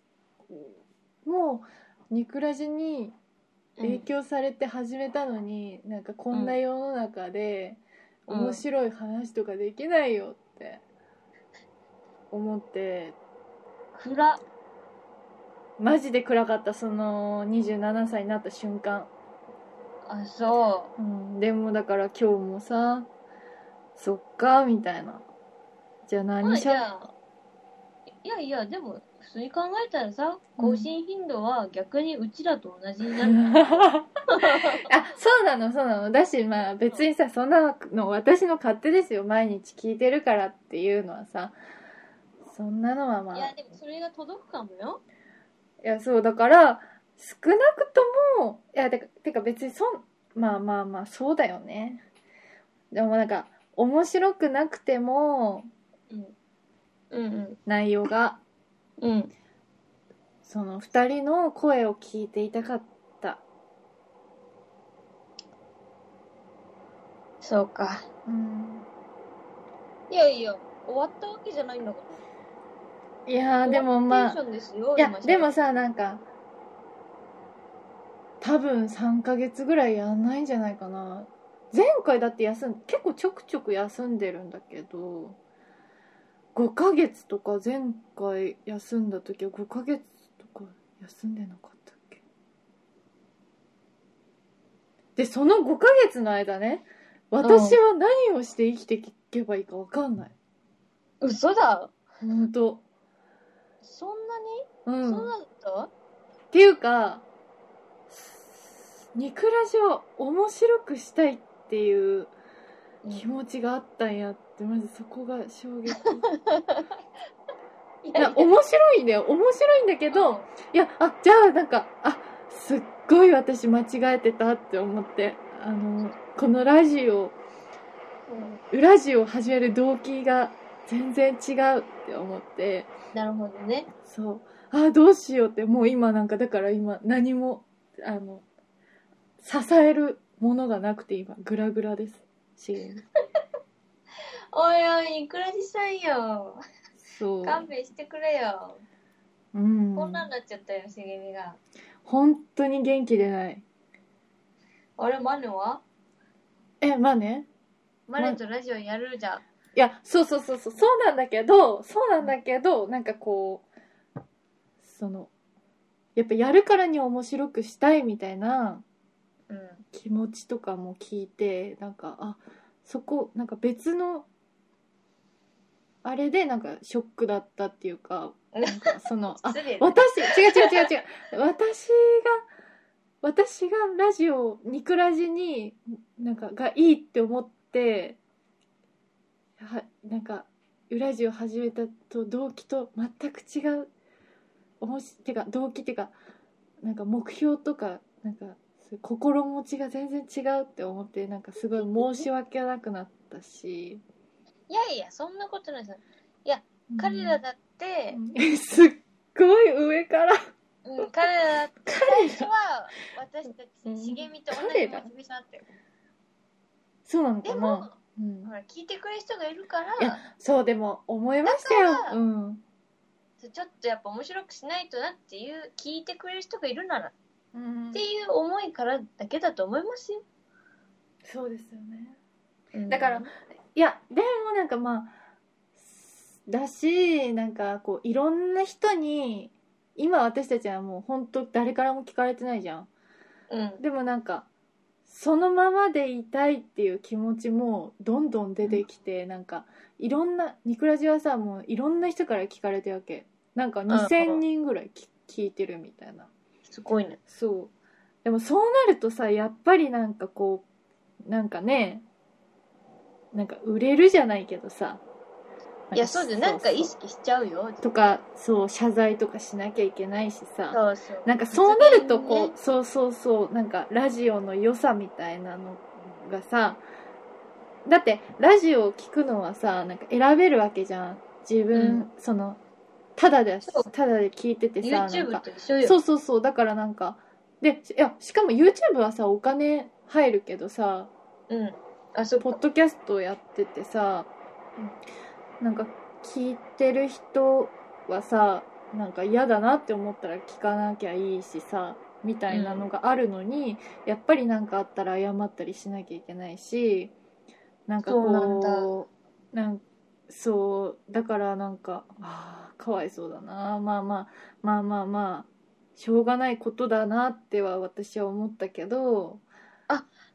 Speaker 1: もう、ニクラジに影響されて始めたのに、なんかこんな世の中で
Speaker 2: うん
Speaker 1: 面白い話とかできないよって思って
Speaker 2: 暗。
Speaker 1: マジで暗かったその27歳になった瞬間、
Speaker 2: あ、そ
Speaker 1: うん、でもだから今日もさそっかみたいなじゃあ
Speaker 2: う。まあ
Speaker 1: 何し
Speaker 2: じゃ
Speaker 1: ゃ
Speaker 2: あ、いやいや、でも、普通に考えたらさ、更新頻度は逆にうちらと同じ になる。
Speaker 1: あそうなのそうなのだしまあ別にさそんなの私の勝手ですよ毎日聞いてるからっていうのはさそんなのはまあ
Speaker 2: いや、でもそれが届くかもよ。
Speaker 1: いや、そう、だから、少なくとも、いや、てか、てか別にそん、まあまあまあ、そうだよね。でもなんか、面白くなくても、
Speaker 2: うん。うん
Speaker 1: 内容が、
Speaker 2: うん。うん。
Speaker 1: その二人の声を聞いていたかった。
Speaker 2: そうか。
Speaker 1: うん。
Speaker 2: いやいや、終わったわけじゃないんだから。
Speaker 1: いやー、でもま
Speaker 2: テ
Speaker 1: あ、
Speaker 2: ンションですよ
Speaker 1: いや
Speaker 2: 今、
Speaker 1: でもさ、なんか、多分3ヶ月ぐらいやんないんじゃないかな。前回だって休ん、結構ちょくちょく休んでるんだけど、5ヶ月とか前回休んだ時は5ヶ月とか休んでなかったっけで、その5ヶ月の間ね、私は何をして生きていけばいいかわかんない。
Speaker 2: 嘘だ
Speaker 1: ほんと。
Speaker 2: そんなに、
Speaker 1: うん。
Speaker 2: そうだった
Speaker 1: っていうか、ニクラジを面白くしたいっていう気持ちがあったんやって、まずそこが衝 撃。
Speaker 2: い
Speaker 1: いや、面白いんだよ。面白いんだけど、いや、あ、じゃあなんか、あ、すっごい私間違えてたって思って、あの、このラジオ、
Speaker 2: うん
Speaker 1: 裏ジオを始める動機が全然違うって思って、
Speaker 2: なるほどね
Speaker 1: そう。あ、どうしようって、もう今なんか、だから今何も、あの、支えるものがなくて今、グラグラです。しげみ
Speaker 2: おいおいいくらにしたいよ
Speaker 1: そう。
Speaker 2: 勘弁してくれよ、
Speaker 1: うん。
Speaker 2: こんなんなっちゃったよ茂みが
Speaker 1: 本当に元気出ない。
Speaker 2: あれマネは
Speaker 1: え、まあね。
Speaker 2: マネとラジオやるじゃん
Speaker 1: いや、そうそうそうそう、そうなんだけど、そうなんだけど、なんかこう、その、やっぱやるからには面白くしたいみたいな
Speaker 2: うん
Speaker 1: 気持ちとかも聞いてなんかあそこなんか別のあれでなんかショックだったっていうかなんかそのあ
Speaker 2: 失礼 だ
Speaker 1: 私違う違う違う違う私が私がラジオニクラジになんかがいいって思ってはなんか裏ジオ始めたと動機と全く違うおもしてか動機っていうかなんか目標とかなんかそういう心持ちが全然違うって思ってなんかすごい申し訳なくなったし
Speaker 2: いやいやそんなことないさ彼らだって
Speaker 1: う、んすっごい上から
Speaker 2: うん彼らだって最 初は私た
Speaker 1: うん
Speaker 2: ち茂みと同じモチベーションあったよ
Speaker 1: そうなの
Speaker 2: で
Speaker 1: か
Speaker 2: も
Speaker 1: な、うん
Speaker 2: ほら聞いてくれる人がいるか
Speaker 1: い
Speaker 2: ら
Speaker 1: やそうでも思いましたよ
Speaker 2: だから
Speaker 1: うん、
Speaker 2: ちょっとやっぱ面白くしないとなっていう聞いてくれる人がいるなら
Speaker 1: うん
Speaker 2: っていう思いからだけだと思いますよ、
Speaker 1: そうですよねだからいやでもなんかまあだしなんかこういろんな人に今私たちはもう本当誰からも聞かれてないじゃん
Speaker 2: うん
Speaker 1: でもなんかそのままでいたいっていう気持ちもどんどん出てきて、なんかいろんなニクラジはさもういろんな人から聞かれてるわけなんか
Speaker 2: う
Speaker 1: 2,000
Speaker 2: ん
Speaker 1: 人ぐらいき聞いてるみたいな
Speaker 2: すごいね
Speaker 1: そうでもそうなるとさやっぱりなんかこうなんかねなんか売れるじゃないけどさ
Speaker 2: いや、そうじゃん、なんか意識しちゃうよ。
Speaker 1: とかそう謝罪とかしなきゃいけないしさ
Speaker 2: そうそう。
Speaker 1: なんかそうなると
Speaker 2: 実現
Speaker 1: こう、
Speaker 2: ね
Speaker 1: そうそうそうなんかラジオの良さみたいなのがさだってラジオを聞くのはさなんか選べるわけじゃん自分、そのただで
Speaker 2: そう
Speaker 1: ただで聞いててさなん
Speaker 2: YouTube
Speaker 1: か
Speaker 2: と一緒よ。
Speaker 1: そうそうそうだからなんかでいやしかも YouTube はさお金入るけどさ
Speaker 2: うん。あ、そう
Speaker 1: ポッドキャストやっててさ、なんか聞いてる人はさなんか嫌だなって思ったら聞かなきゃいいしさみたいなのがあるのに、やっぱりなんかあったら謝ったりしなきゃいけないしなんかこう
Speaker 2: そうなんだ
Speaker 1: なんそうだからなんかあーかわいそうだなまあまあまあまあまあしょうがないことだなっては私は思ったけど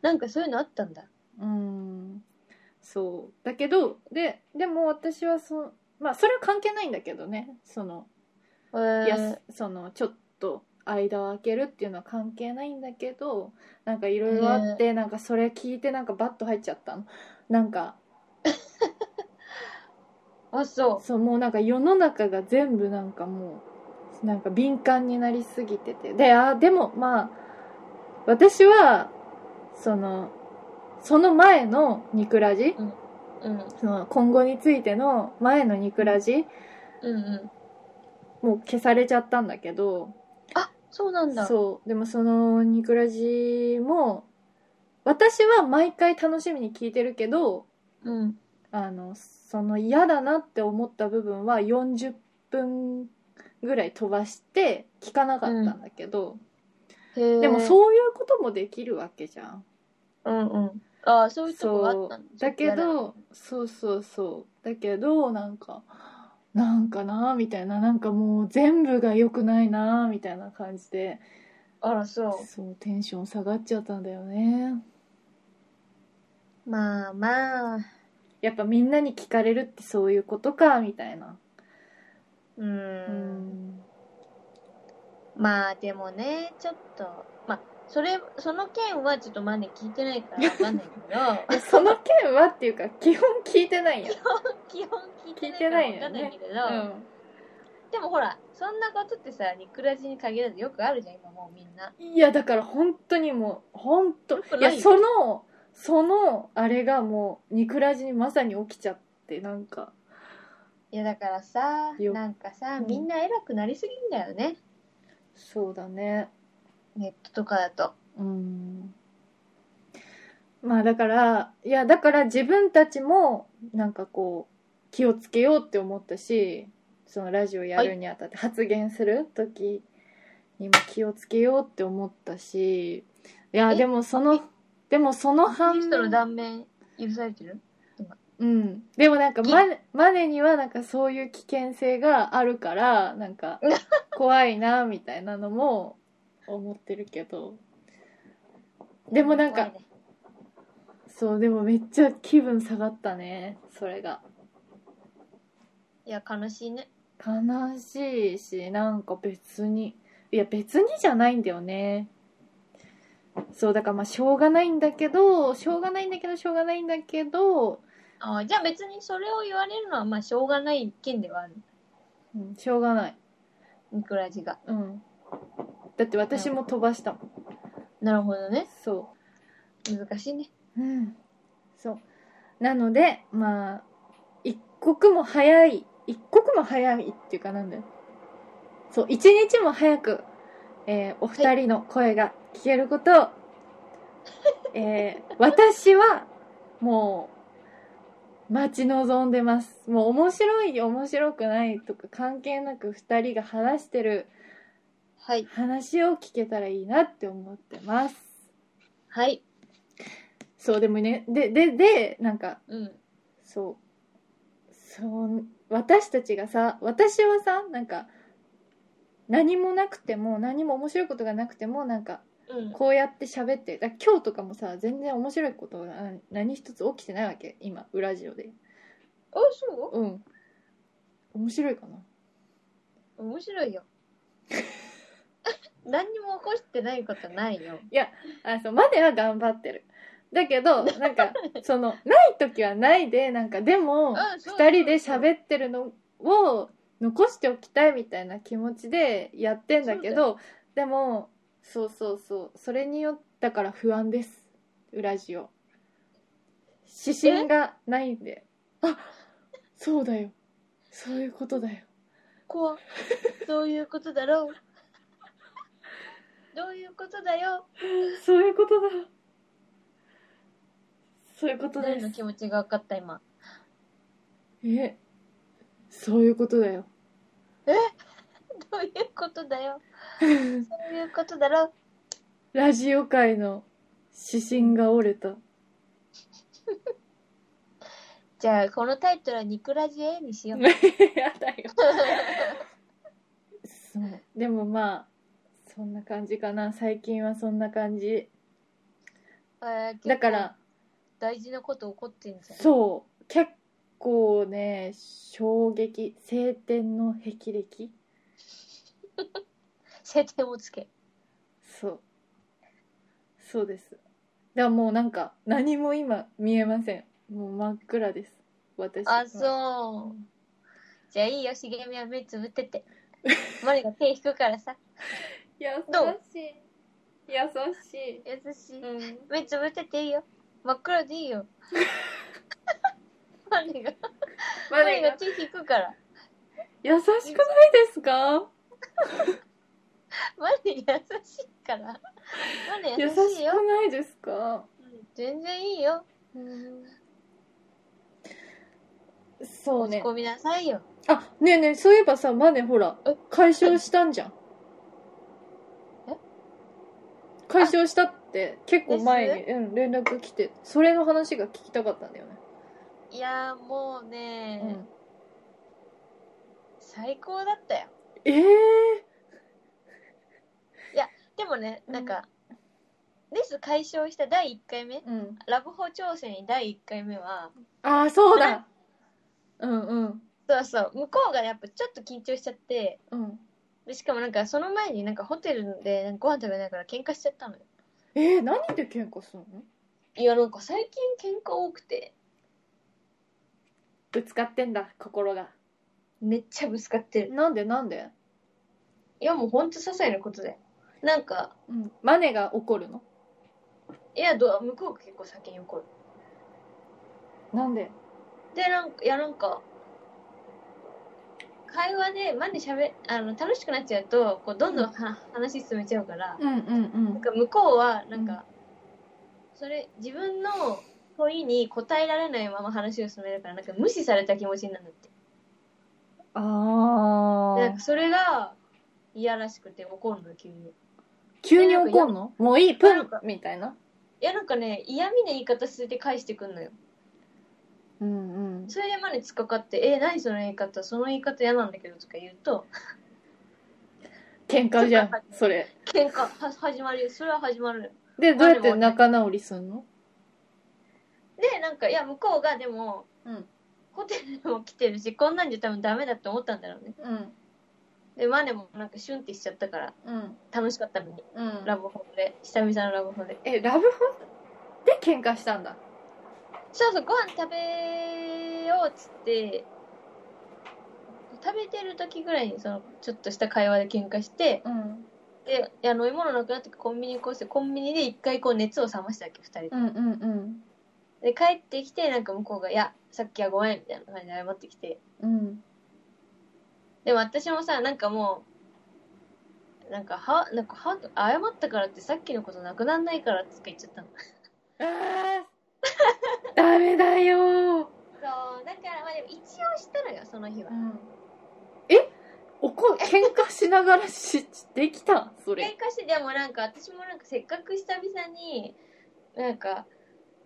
Speaker 2: なんかそういうのあったんだ。
Speaker 1: うんそうだけどででも私はそまあそれは関係ないんだけどねその、
Speaker 2: え
Speaker 1: いや
Speaker 2: ー、
Speaker 1: そのちょっと間を空けるっていうのは関係ないんだけどなんかいろいろあって、なんかそれ聞いてなんかバッと入っちゃったのなんか
Speaker 2: あ、そ
Speaker 1: そうもうなんか世の中が全部なんかもうなんか敏感になりすぎててであでもまあ私はそのその前のニクラジ
Speaker 2: う。うん。
Speaker 1: その今後についての前のニクラジ
Speaker 2: うんうん。
Speaker 1: もう消されちゃったんだけど
Speaker 2: あ、そうなんだ。
Speaker 1: そうでもそのニクラジも私は毎回楽しみに聞いてるけど
Speaker 2: うん。
Speaker 1: あのその嫌だなって思った部分は40分ぐらい飛ばして聞かなかったんだけど、
Speaker 2: へー
Speaker 1: でもそういうこともできるわけじゃん。
Speaker 2: うんうん。ああ、そういうとこがあったん
Speaker 1: だけ、どそうそうそうだけどなんかなんかなみたいななんかもう全部が良くないなみたいな感じで
Speaker 2: あら、そ
Speaker 1: そうテンション下がっちゃったんだよね
Speaker 2: う。まあまあ。
Speaker 1: やっぱみんなに聞かれるってそういうことかみたいな
Speaker 2: う。
Speaker 1: うんん
Speaker 2: まあ、でもね、ちょっと、まあ、それ、その件はちょっとまだ聞いてないからわかんないけど、
Speaker 1: いやその件はっていうか 基本聞いてないやん
Speaker 2: 基本聞いてないからわかんないんだけど、でもほら、そんなことってさ、ニクラジに限らずよくあるじゃん、今もうみんな。
Speaker 1: うん、いやだから本当にもう本当い
Speaker 2: くない
Speaker 1: や
Speaker 2: よ
Speaker 1: そのそのあれがもうニクラジにまさに起きちゃってなんか
Speaker 2: いや、だからさ、
Speaker 1: よ
Speaker 2: なんかさ、
Speaker 1: うん
Speaker 2: みんな偉くなりすぎんだよね。
Speaker 1: そうだね
Speaker 2: ネットとかだと。
Speaker 1: うんまあだからいやだから自分たちもなんかこう気をつけようって思ったしそのラジオやるにあたって発言する時にも気をつけようって思ったしいや
Speaker 2: え
Speaker 1: でもそのでもその
Speaker 2: ア
Speaker 1: 反
Speaker 2: ニストの断面許されてる
Speaker 1: うんでもなんかマネマネにはなんかそういう危険性があるからなん か怖いなみたいなのも思ってるけどでもなんか
Speaker 2: 怖いね
Speaker 1: そうでもめっちゃ気分下がったねそれが
Speaker 2: いや、悲しいね。
Speaker 1: 悲しいしなんか別にいや別にじゃないんだよねそうだからまあしょうがないんだけどしょうがないんだけどしょうがないんだけど、
Speaker 2: ああ、じゃあ別にそれを言われるのは、まあ、しょうがない件ではある。
Speaker 1: うん、しょうがない
Speaker 2: ニクラジが。
Speaker 1: うんだって私も飛ばしたもん
Speaker 2: なるほどね。
Speaker 1: そ
Speaker 2: 難しいね。
Speaker 1: ううんそうなのでまあ一刻も早い一刻も早いっていうかなんだよそう一日も早く、えーお二人の声が聞けることを、えー私はもう待ち望んでますもう面白い面白くないとか関係なく二人が話してる
Speaker 2: はい。
Speaker 1: 話を聞けたらいいなって思ってます
Speaker 2: はい。
Speaker 1: そうでもねでででなんか
Speaker 2: うん。
Speaker 1: そうそう私たちがさ私はさなんか何もなくても何も面白いことがなくてもなんか
Speaker 2: うん。
Speaker 1: こうやって喋ってだ今日とかもさ全然面白いことがな何一つ起きてないわけ今裏ジオで
Speaker 2: あ、そ
Speaker 1: うん面白いかな
Speaker 2: う面白いよ。 何にも起こしてないことないよ。
Speaker 1: あそうまでは頑張ってるだけど、なんか、その、ない時はないで、なんか、でも、二人で
Speaker 2: る
Speaker 1: 喋ってるのを残しておきたいみたいな気持ちでやってんだけどでもそうそうそうそれによったから不安ですウラジオ指針がないんであそうだよそういうことだよ
Speaker 2: こうそういうことだろうどういうことだよ
Speaker 1: そういうことだそういうことで
Speaker 2: 誰の
Speaker 1: す
Speaker 2: 気持ちが分かった今
Speaker 1: えそういうこと だよ
Speaker 2: どういうことだよそういうことだろう
Speaker 1: ラジオ界の指針が折れ た
Speaker 2: じゃあこのタイトルは「ニクラジエ」にしよう
Speaker 1: やだよそうでもまあそんな感じかな最近はそんな感じ
Speaker 2: えー結構
Speaker 1: だから
Speaker 2: 大事なこと起こってんじゃん
Speaker 1: そう結構ね衝撃晴天の霹靂
Speaker 2: 晴天をつけ
Speaker 1: そうそうですだからもうなんか何も今見えませんもう真っ暗です私は
Speaker 2: あそうじゃあいいよ茂みは目つぶっててマリが手引くからさ
Speaker 1: 優
Speaker 2: どう
Speaker 1: しい優し
Speaker 2: 優しい
Speaker 1: い、うん、
Speaker 2: 目つぶってていいよ真っ暗でいい よマリが
Speaker 1: マ
Speaker 2: マ
Speaker 1: ネ
Speaker 2: リ
Speaker 1: が
Speaker 2: が手引くから
Speaker 1: 優しくないですか
Speaker 2: マリ優しいからマリ
Speaker 1: 優
Speaker 2: 優
Speaker 1: し
Speaker 2: しいよ
Speaker 1: くないですか
Speaker 2: 全然いいよ
Speaker 1: そうね
Speaker 2: 落ち込みなさいよ
Speaker 1: あ、ねえねえ、そういえばさ、マネほら
Speaker 2: え、
Speaker 1: 解消したんじゃん。
Speaker 2: え
Speaker 1: 解消したって、結構前に、うん、連絡来て、それの話が聞きたかったんだよね。
Speaker 2: いやーもうね、
Speaker 1: うん、
Speaker 2: 最高だったよ
Speaker 1: えー、
Speaker 2: でもね
Speaker 1: うん
Speaker 2: なんか、レス解消した第1回目
Speaker 1: うん。
Speaker 2: ラブホ挑戦第1回目は
Speaker 1: あー、そうだうんうん。
Speaker 2: そうそう向こうがやっぱちょっと緊張しちゃって
Speaker 1: うん。
Speaker 2: でしかもなんかその前になんかホテルでなんかご飯食べながら喧嘩しちゃったのよ
Speaker 1: えー、何で喧嘩するの
Speaker 2: いやなんか最近喧嘩多くて
Speaker 1: ぶつかってんだ、心が。
Speaker 2: めっちゃぶつかってる
Speaker 1: なんでなんで
Speaker 2: いやもうほんと些細なことだよなんか
Speaker 1: うん。マネが怒るの
Speaker 2: いやどう向こうが結構先に怒る
Speaker 1: なんで
Speaker 2: でなんかいやなんか会話でマネしゃべあの楽しくなっちゃうとこうどんどんは、話進めちゃうから、
Speaker 1: うんうんうん
Speaker 2: なん。か向こうはなんか、それ自分の問いに答えられないまま話を進めるからなんか無視された気持ちになるんだって
Speaker 1: あ
Speaker 2: でな
Speaker 1: ー
Speaker 2: んか。それが嫌らしくて怒るの急に
Speaker 1: 急に怒んのもういい、プ
Speaker 2: な
Speaker 1: ン
Speaker 2: んか
Speaker 1: みたいな。
Speaker 2: いやなんかね嫌味な言い方して返してくんのよ
Speaker 1: うんうん。
Speaker 2: それでマネつっかかって「え何その言い方その言い方嫌なんだけど」とか言うと
Speaker 1: 喧嘩じゃん、それ。
Speaker 2: 喧嘩は始まるそれは始まるよ
Speaker 1: で、どうやって仲直りすんの
Speaker 2: でなんかいや向こうがでも、
Speaker 1: うん
Speaker 2: ホテルでも来てるしこんなんじゃ多分ダメだって思ったんだろうね
Speaker 1: うん。
Speaker 2: でマネもなんかシュンってしちゃったから
Speaker 1: うん。
Speaker 2: 楽しかったのに
Speaker 1: うん
Speaker 2: ラブホで久々のラブホで
Speaker 1: え、ラブホで喧嘩したんだ。
Speaker 2: そうそうご飯食べようっつって食べてる時ぐらいにそのちょっとした会話で喧嘩して
Speaker 1: うん。
Speaker 2: でいや飲み物なくなってコンビニ行こうしてコンビニで一回こう熱を冷ましたわけ二人で
Speaker 1: うんうんうん。
Speaker 2: で帰ってきてなんか向こうが「いやさっきはごめん」みたいな感じで謝ってきて
Speaker 1: うん。
Speaker 2: でも私もさなんかもうなんかはなんかは謝ったからってさっきのことなくなんないからって言っちゃったの
Speaker 1: あーダメだよー。
Speaker 2: そうだからまあでも一応したのよその日は
Speaker 1: ん。え怒、喧嘩しながらし、できたんそ
Speaker 2: 喧
Speaker 1: れ。
Speaker 2: 嘩してでもなんか私もなんかせっかく久々になんか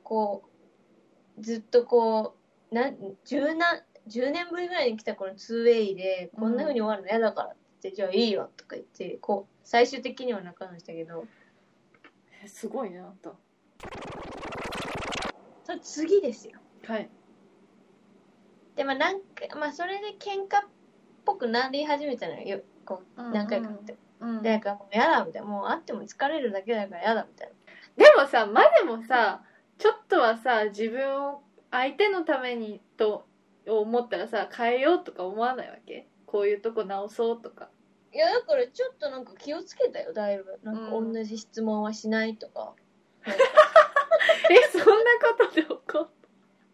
Speaker 2: こうずっとこうなん10な10年ぶりぐらいに来たこの 2way でこんな風に終わるの嫌だからって言って、じゃあいいよとか言ってこう最終的には仲直りしたけど
Speaker 1: えすごいね、あんた。
Speaker 2: その次ですよ
Speaker 1: はい。
Speaker 2: でまあなんか、まあ、それで喧嘩っぽくなり始めたのよよこう何回かあって、
Speaker 1: うん
Speaker 2: でなんかもうやだみたいなもう会っても疲れるだけだからやだみたいな
Speaker 1: でもさ、マネもさ、ちょっとはさ自分を相手のためにと思ったらさ変えようとか思わないわけこういうとこ直そうとか
Speaker 2: いやだからちょっとなんか気をつけたよだいぶなんか
Speaker 1: うん
Speaker 2: 同じ質問はしないとか、
Speaker 1: えそんなことで怒っ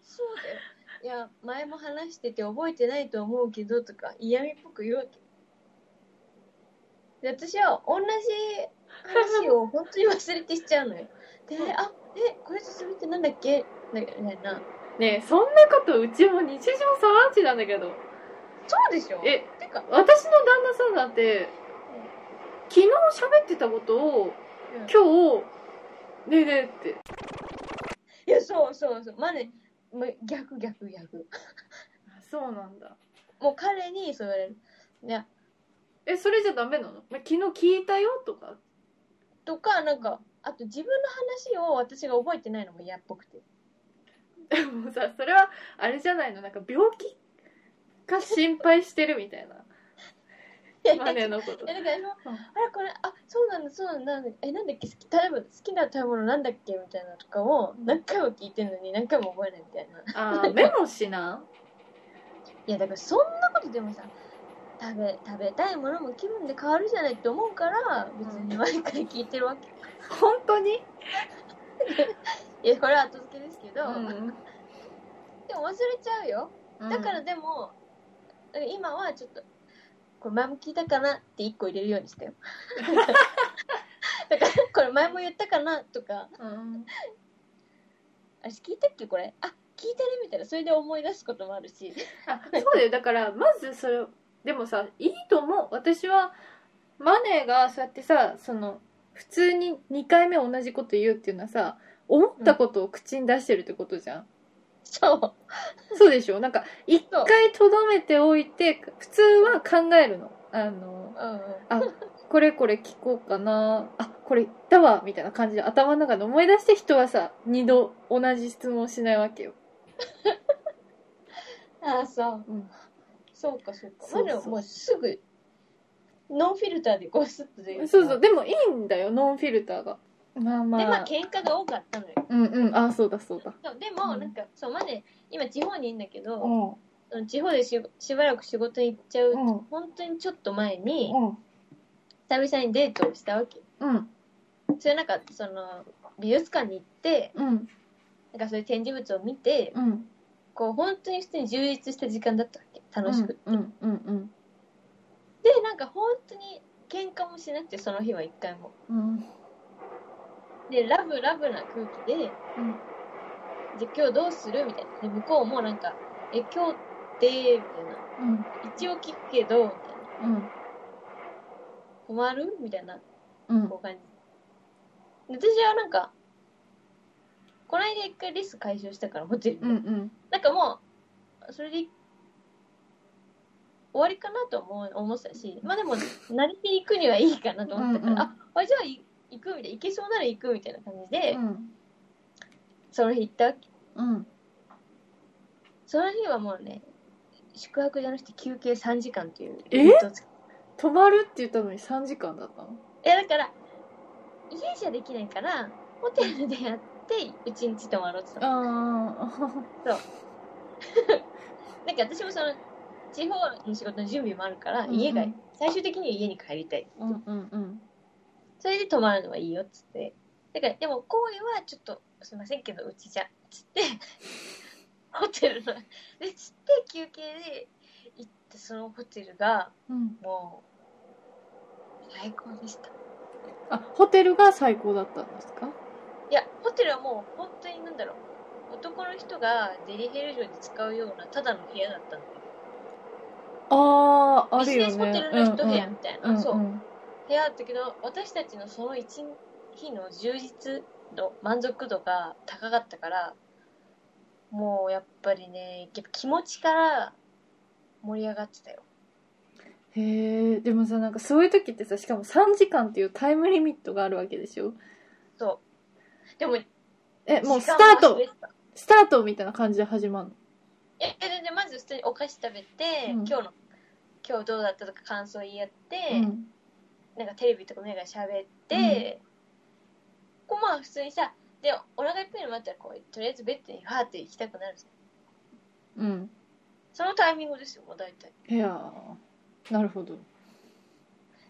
Speaker 2: そうだよいや前も話してて覚えてないと思うけどとか嫌味っぽく言うわけで私は同じ話を本当に忘れてしちゃうのよで「あえこれ進めってなんだっけ?」みたいな
Speaker 1: ねえそんなことうちも日常茶飯事なんだけど
Speaker 2: そうでしょ
Speaker 1: え
Speaker 2: てか、
Speaker 1: 私の旦那さんだって昨日喋ってたことを
Speaker 2: うん
Speaker 1: 今日ねえねえって
Speaker 2: いやそうそうそうまあねもう逆逆逆
Speaker 1: そうなんだ
Speaker 2: もう彼にそう言われるいや
Speaker 1: えそれじゃダメなのま昨日聞いたよとか
Speaker 2: とかなんかあと自分の話を私が覚えてないのも嫌っぽくて
Speaker 1: で もさそれはあれじゃないのなんか病気か心配してるみたいなマネのこと
Speaker 2: えなんか今
Speaker 1: うん
Speaker 2: あれこれあそうなんだそうなんだなんだえなんだっけ好き例えば好きな食べ物なんだっけみたいなのとかを
Speaker 1: うん
Speaker 2: 何回も聞いてんのに何回も覚えないみたいな
Speaker 1: あーメモしない
Speaker 2: やだからそんなことでもさ食べ食べたいものも気分で変わるじゃないって思うから別に毎回聞いてるわけ
Speaker 1: 本当に、
Speaker 2: いやこれは後付けですけど、
Speaker 1: うん
Speaker 2: でも忘れちゃうよだからでも、今はちょっとこれ前も聞いたかなって1個入れるようにしたよだからこれ前も言ったかなとか
Speaker 1: うん
Speaker 2: 私聞いたっけこれあ聞いてるみたいなそれで思い出すこともあるし
Speaker 1: あそうだよだからまずそれでもさいいと思う私はマネーがそうやってさその普通に2回目同じこと言うっていうのはさ思ったことを口に出してるってことじゃん、
Speaker 2: そう
Speaker 1: そうでしょなんか一回とどめておいて普通は考えるのあの
Speaker 2: うんう
Speaker 1: あ
Speaker 2: ん
Speaker 1: これこれ聞こうかなあこれ言ったわみたいな感じで頭の中で思い出して人はさ二度同じ質問をしないわけよ、
Speaker 2: ああそう
Speaker 1: うん、
Speaker 2: そうかそうか
Speaker 1: そうそう
Speaker 2: まあでももうすぐノンフィルターでゴスッとで
Speaker 1: そうそうでもいいんだよノンフィルターがまあまあ
Speaker 2: でまあ喧嘩が多かったのよ
Speaker 1: うんうんあそうだそうだ
Speaker 2: そうでも
Speaker 1: うん
Speaker 2: なんか、そうまで今地方にいるんだけど、
Speaker 1: うん
Speaker 2: その地方でししばらく仕事に行っちゃう、
Speaker 1: うん
Speaker 2: 本当にちょっと前に
Speaker 1: うん
Speaker 2: 久々にデートをしたわけ
Speaker 1: うん
Speaker 2: それなんかその美術館に行って
Speaker 1: うん
Speaker 2: なんかそういう展示物を見て
Speaker 1: うん
Speaker 2: こう本当に普通に充実した時間だったわけ楽しくて、
Speaker 1: うんうんうん
Speaker 2: でなんか本当に喧嘩もしなくてその日は一回も
Speaker 1: うん
Speaker 2: でラブラブな空気で
Speaker 1: うん
Speaker 2: 「で今日どうする?」みたいなで向こうもなんか「え今日って」みたいな
Speaker 1: うん
Speaker 2: 「一応聞くけど」みたい
Speaker 1: う
Speaker 2: な
Speaker 1: ん
Speaker 2: 「困る?」みたいな
Speaker 1: うん
Speaker 2: こう感じで私はなんかこの間一回リス解消したからホテルで、
Speaker 1: うんうん
Speaker 2: なんかもうそれで終わりかなと思う思ってたしまあでも慣れていくにはいいかなと思ったから
Speaker 1: うんうん
Speaker 2: ああじゃあい行くみたいな行けそうなら行くみたいな感じで、
Speaker 1: うん
Speaker 2: その日行ったわけ
Speaker 1: うん
Speaker 2: その日はもうね宿泊じゃなくて休憩3時間っていう
Speaker 1: え
Speaker 2: ルートをつけ
Speaker 1: 泊まるって言ったのに3時間だったの
Speaker 2: いやだから家じゃできないからホテルでやってうちに泊まろうって言ったの
Speaker 1: ああ
Speaker 2: なんか私もその地方の仕事の準備もあるから、
Speaker 1: うんうん
Speaker 2: 家が最終的には家に帰りたい、
Speaker 1: うんうんうん
Speaker 2: それで泊まるのはいいよっつってだからでも行為はちょっとすいませんけどうちじゃっつって ホテルのでつって休憩で行ったそのホテルが
Speaker 1: うん
Speaker 2: もう最高でした
Speaker 1: あホテルが最高だったんですか
Speaker 2: いやホテルはもう本当になんだろう男の人がデリヘル城で使うようなただの部屋だったの
Speaker 1: あああ
Speaker 2: ビ
Speaker 1: る
Speaker 2: ジ
Speaker 1: よ
Speaker 2: ネ
Speaker 1: ね
Speaker 2: スホテルの一部屋みたいな、
Speaker 1: うんうん
Speaker 2: そう
Speaker 1: うんうん
Speaker 2: 部屋だったけど私たちのその一日の充実度満足度が高かったからもうやっぱりねやっぱ気持ちから盛り上がってたよ
Speaker 1: へえでもさなんかそういう時ってさしかも3時間っていうタイムリミットがあるわけでしょ
Speaker 2: でも
Speaker 1: えもうス
Speaker 2: 時間
Speaker 1: ター
Speaker 2: 忘れ
Speaker 1: ト
Speaker 2: てた
Speaker 1: スタートみたいな感じで始まるの
Speaker 2: ええででまず普通にお菓子食べて、
Speaker 1: うん
Speaker 2: 今日の今日どうだったとか感想言い合って、
Speaker 1: うん
Speaker 2: なんかテレビとか目が喋って、こうまあ普通にさでお腹いっぱいになったらこうとりあえずベッドにファーって行きたくなるじゃん
Speaker 1: うん。
Speaker 2: そのタイミングですよもう大体
Speaker 1: いやーなるほど。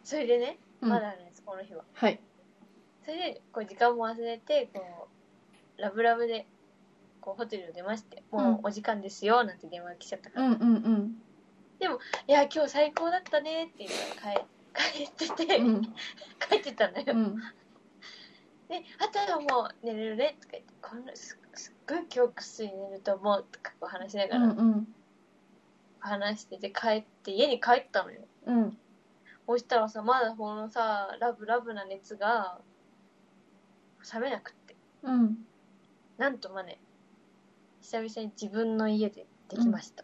Speaker 2: それでね
Speaker 1: うん
Speaker 2: まだあるんです、この日は
Speaker 1: はい。
Speaker 2: それでこう時間も忘れてこうラブラブでこうホテルを出まして「
Speaker 1: ん
Speaker 2: もうお時間ですよ」なんて電話が来ちゃったか
Speaker 1: う
Speaker 2: ら「
Speaker 1: んうん
Speaker 2: いや今日最高だったね」って言うから帰 帰ってて、
Speaker 1: うん。うん
Speaker 2: 帰ってたのよ、
Speaker 1: うん。
Speaker 2: で「あとはもう寝れるね」とか言って「このすすっごい今日くっすり寝ると思う」とかこう話しな
Speaker 1: う
Speaker 2: が
Speaker 1: ん
Speaker 2: ら
Speaker 1: うん。
Speaker 2: 話してて帰って家に帰ったのよ
Speaker 1: うん。
Speaker 2: そしたらさまだこのさラブラブな熱が冷めなくって
Speaker 1: うん。
Speaker 2: なんとまあね久々に自分の家でできました、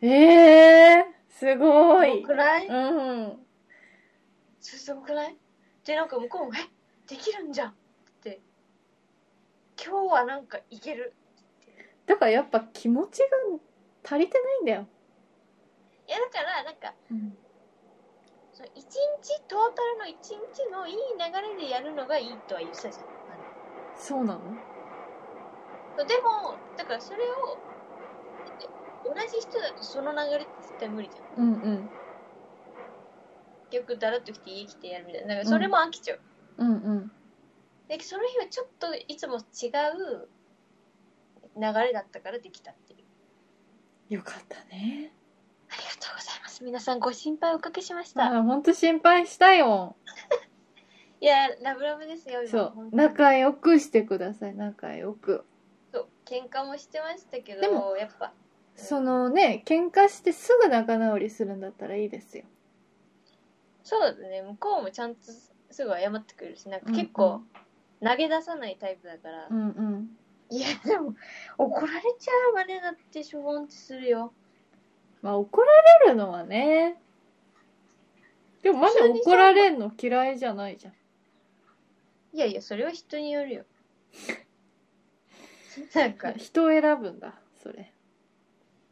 Speaker 1: ええー、す
Speaker 2: す
Speaker 1: ご
Speaker 2: ご
Speaker 1: い。
Speaker 2: くない、
Speaker 1: うん。
Speaker 2: すごくないでなんか向こうも「えできるんじゃん」って「今日はなんかいける
Speaker 1: だからやっぱ気持ちが足りてないんだよ。」
Speaker 2: いやだからなんか
Speaker 1: うん。
Speaker 2: その一日トータルの一日のいい流れでやるのがいいとは言ってたじゃん
Speaker 1: そうなの
Speaker 2: あのでもだからそれをえ同じ人だとその流れって絶対無理じゃん
Speaker 1: うんうん。
Speaker 2: 結局だらっと来て家来てやるみたいなだからそれも飽きちゃう、
Speaker 1: うんうん。
Speaker 2: でその日はちょっといつも違う流れだったからできたっていう
Speaker 1: よかったね。
Speaker 2: ありがとうございます皆さんご心配おかけしました、
Speaker 1: ああ、ほんと心配したよ。
Speaker 2: いやラブラブですよ今
Speaker 1: そ
Speaker 2: 本
Speaker 1: う。
Speaker 2: 当に
Speaker 1: 仲良くしてください、仲良く。
Speaker 2: そう喧嘩もしてましたけど
Speaker 1: でも
Speaker 2: やっぱ
Speaker 1: そのね、喧嘩してすぐ仲直りするんだったらいいですよ。
Speaker 2: そうだね向こうもちゃんとすぐ謝ってくれるしなんか結構投げ出さないタイプだから、
Speaker 1: うんうん。
Speaker 2: いやでも怒られちゃうまでだってしょぼんってするよ
Speaker 1: まあ怒られるのはね。でもまだ怒られんの嫌いじゃないじゃん。
Speaker 2: いやいやそれは人に よるよなんか
Speaker 1: 人を選ぶんだ、それ。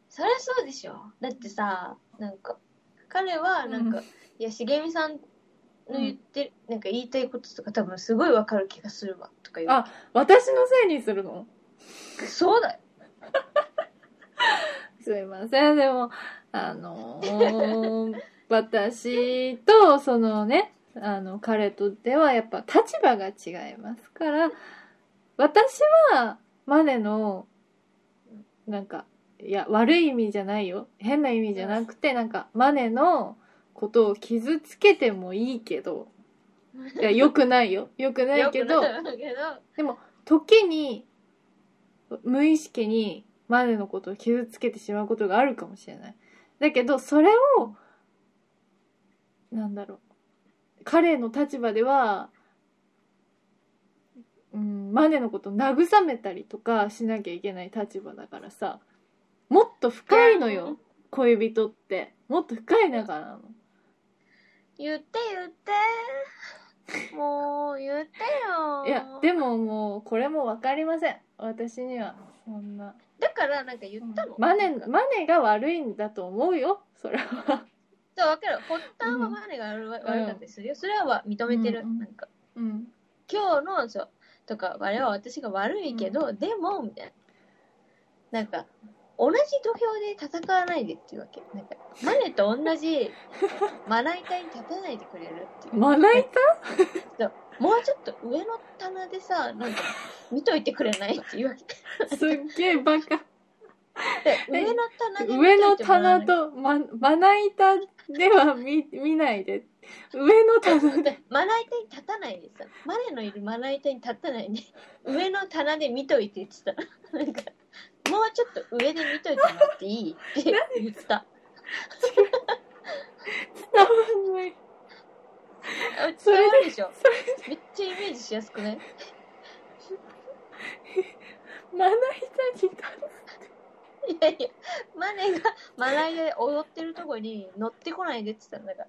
Speaker 2: そりゃそうでしょだってさなんか彼はなんか、
Speaker 1: う
Speaker 2: いや茂美さんの言ってる、なんか言いたいこととか多分すごいわかる気がするわとか言う
Speaker 1: あ私のせいにするの
Speaker 2: そうだよ
Speaker 1: すいません、でも、あの ー私と、そのね、あの、彼とではやっぱ立場が違いますから、私は、マネの、なんか、いや、悪い意味じゃないよ。変な意味じゃなくて、なんか、マネのことを傷つけてもいいけど、いや、良くないよ。良くないけど、
Speaker 2: よくないけど
Speaker 1: 時に無意識にマネのことを傷つけてしまうことがあるかもしれない。だけどそれをなんだろう彼の立場では、うん、マネのことを慰めたりとかしなきゃいけない立場だからさもっと深いのよ恋人ってもっと深い仲なの。
Speaker 2: 言って言ってもう言ってよ
Speaker 1: いやでももうこれも分かりません私にはそんな。
Speaker 2: だからなんか言ったの、
Speaker 1: マネ
Speaker 2: なんか
Speaker 1: マネが悪いんだと思うよそれは
Speaker 2: そう分かる発端はマネが悪,、悪かったりするよそれは認めてる、
Speaker 1: うんうん
Speaker 2: なんか
Speaker 1: うん
Speaker 2: 今日のそうとかあれは私が悪いけど、でもみたいななんか同じ土俵で戦わないでっていうわけなんかマネと 同じまな板に立たないでくれるっていう
Speaker 1: まな 板
Speaker 2: もうちょっと上の棚でさなんか見といてくれないっていうわけ
Speaker 1: すっげえバカ
Speaker 2: で上の棚で
Speaker 1: 上の
Speaker 2: 見といてもらわな
Speaker 1: 棚
Speaker 2: い
Speaker 1: とままな板では見見ないで上の棚で
Speaker 2: でまな板に立たないでさマネのいるまな板に立たないで上の棚で見といてって言ってたなんかもうちょっと上で見といてもらっていいって言ってた
Speaker 1: 伝わんない
Speaker 2: あ
Speaker 1: それで
Speaker 2: 伝わるでしょ
Speaker 1: そ
Speaker 2: めっちゃイメージしやすくない
Speaker 1: まな板に立
Speaker 2: いやいやマネがまな板で踊ってるとこに乗ってこないでって言ってたんだ か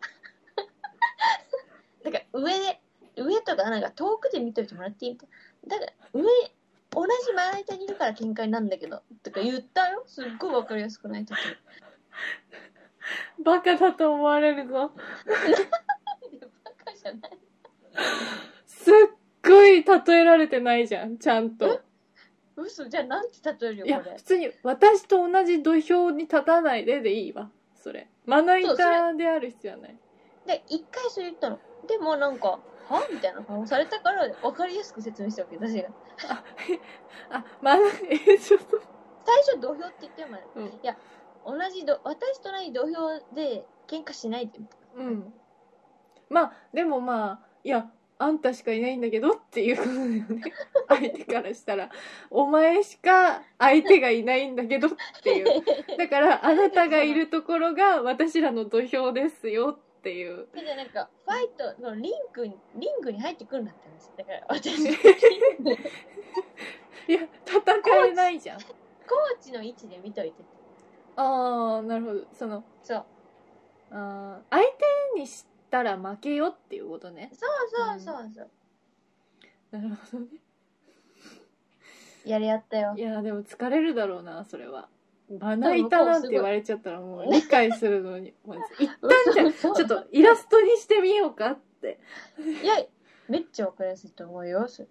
Speaker 2: らだから上で上とかなんか遠くで見といてもらっていいみたいなだから上同じまな板にいるから喧嘩になるんだけどとか言ったよすっごいわかりやすくない時
Speaker 1: バカだと思われるぞ
Speaker 2: いやバカじゃない
Speaker 1: すっごい例えられてないじゃん、ちゃんと。
Speaker 2: 嘘じゃあなんて例えるよ
Speaker 1: いや
Speaker 2: これ、
Speaker 1: 普通に私と同じ土俵に立たないででいいわ、それ。まな板である必要はない。
Speaker 2: で一回それ言ったのでもなんかはみたいな顔されたから分かりやすく説明したわけ私が
Speaker 1: あ、まな、え、ちょっと。
Speaker 2: 最初土俵って言っても
Speaker 1: うん
Speaker 2: 同じど私とない土俵で喧嘩しないで
Speaker 1: うん。まあ、でもまあ、いや、あんたしかいないんだけどっていうことだ よね。相手からしたら。お前しか相手がいないんだけどっていう。だから、あなたがいるところが私らの土俵ですよっていう。
Speaker 2: でなんかファイトのリンクにリングに入ってくるんだったんですだから 私リングコー
Speaker 1: いや、戦えないじゃん。
Speaker 2: チの位置で見といて
Speaker 1: ああ、なるほど。その、
Speaker 2: そう
Speaker 1: あー相手にしたら負けよっていうことね。
Speaker 2: そうそうそうそう、
Speaker 1: なるほどね。
Speaker 2: やり合ったよ
Speaker 1: いやでも疲れるだろうなそれはバナ板なんて言われちゃったらもう理解する のにもう一旦じゃ
Speaker 2: ちょ
Speaker 1: ちょっとイラストにしてみようかって
Speaker 2: いやめっちゃ分かりやすいと思うよそれ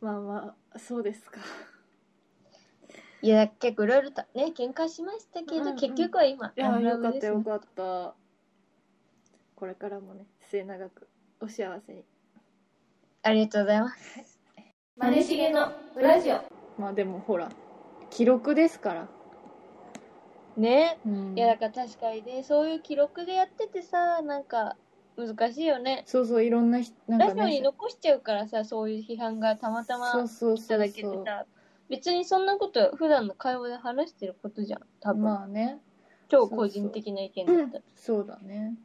Speaker 1: まあまあそうですか
Speaker 2: いや結構いろいろとね喧嘩しましたけど、
Speaker 1: うんうん
Speaker 2: 結局は今
Speaker 1: いや
Speaker 2: ラブラ
Speaker 1: よ
Speaker 2: ブ
Speaker 1: かっ
Speaker 2: で
Speaker 1: た
Speaker 2: す
Speaker 1: よかったこれからもね末永くお幸せに
Speaker 2: ありがとうございます
Speaker 1: マネしげ
Speaker 2: のラジオ
Speaker 1: まあでもほら記録ですから、
Speaker 2: ね
Speaker 1: うん
Speaker 2: いやだから確かにねそういう記録でやっててさなんか難しいよね
Speaker 1: そうそういろんな人なん
Speaker 2: ラ
Speaker 1: か
Speaker 2: ジオに
Speaker 1: ね
Speaker 2: 残しちゃうからさそういう批判がたまた
Speaker 1: そう
Speaker 2: ま
Speaker 1: そう
Speaker 2: 来
Speaker 1: そ
Speaker 2: ただ
Speaker 1: う
Speaker 2: けで
Speaker 1: そ
Speaker 2: さ
Speaker 1: う
Speaker 2: 別にそんなこと普段の会話で話してることじゃん多分、
Speaker 1: まあね
Speaker 2: 超個人的な意見だったら
Speaker 1: そうだね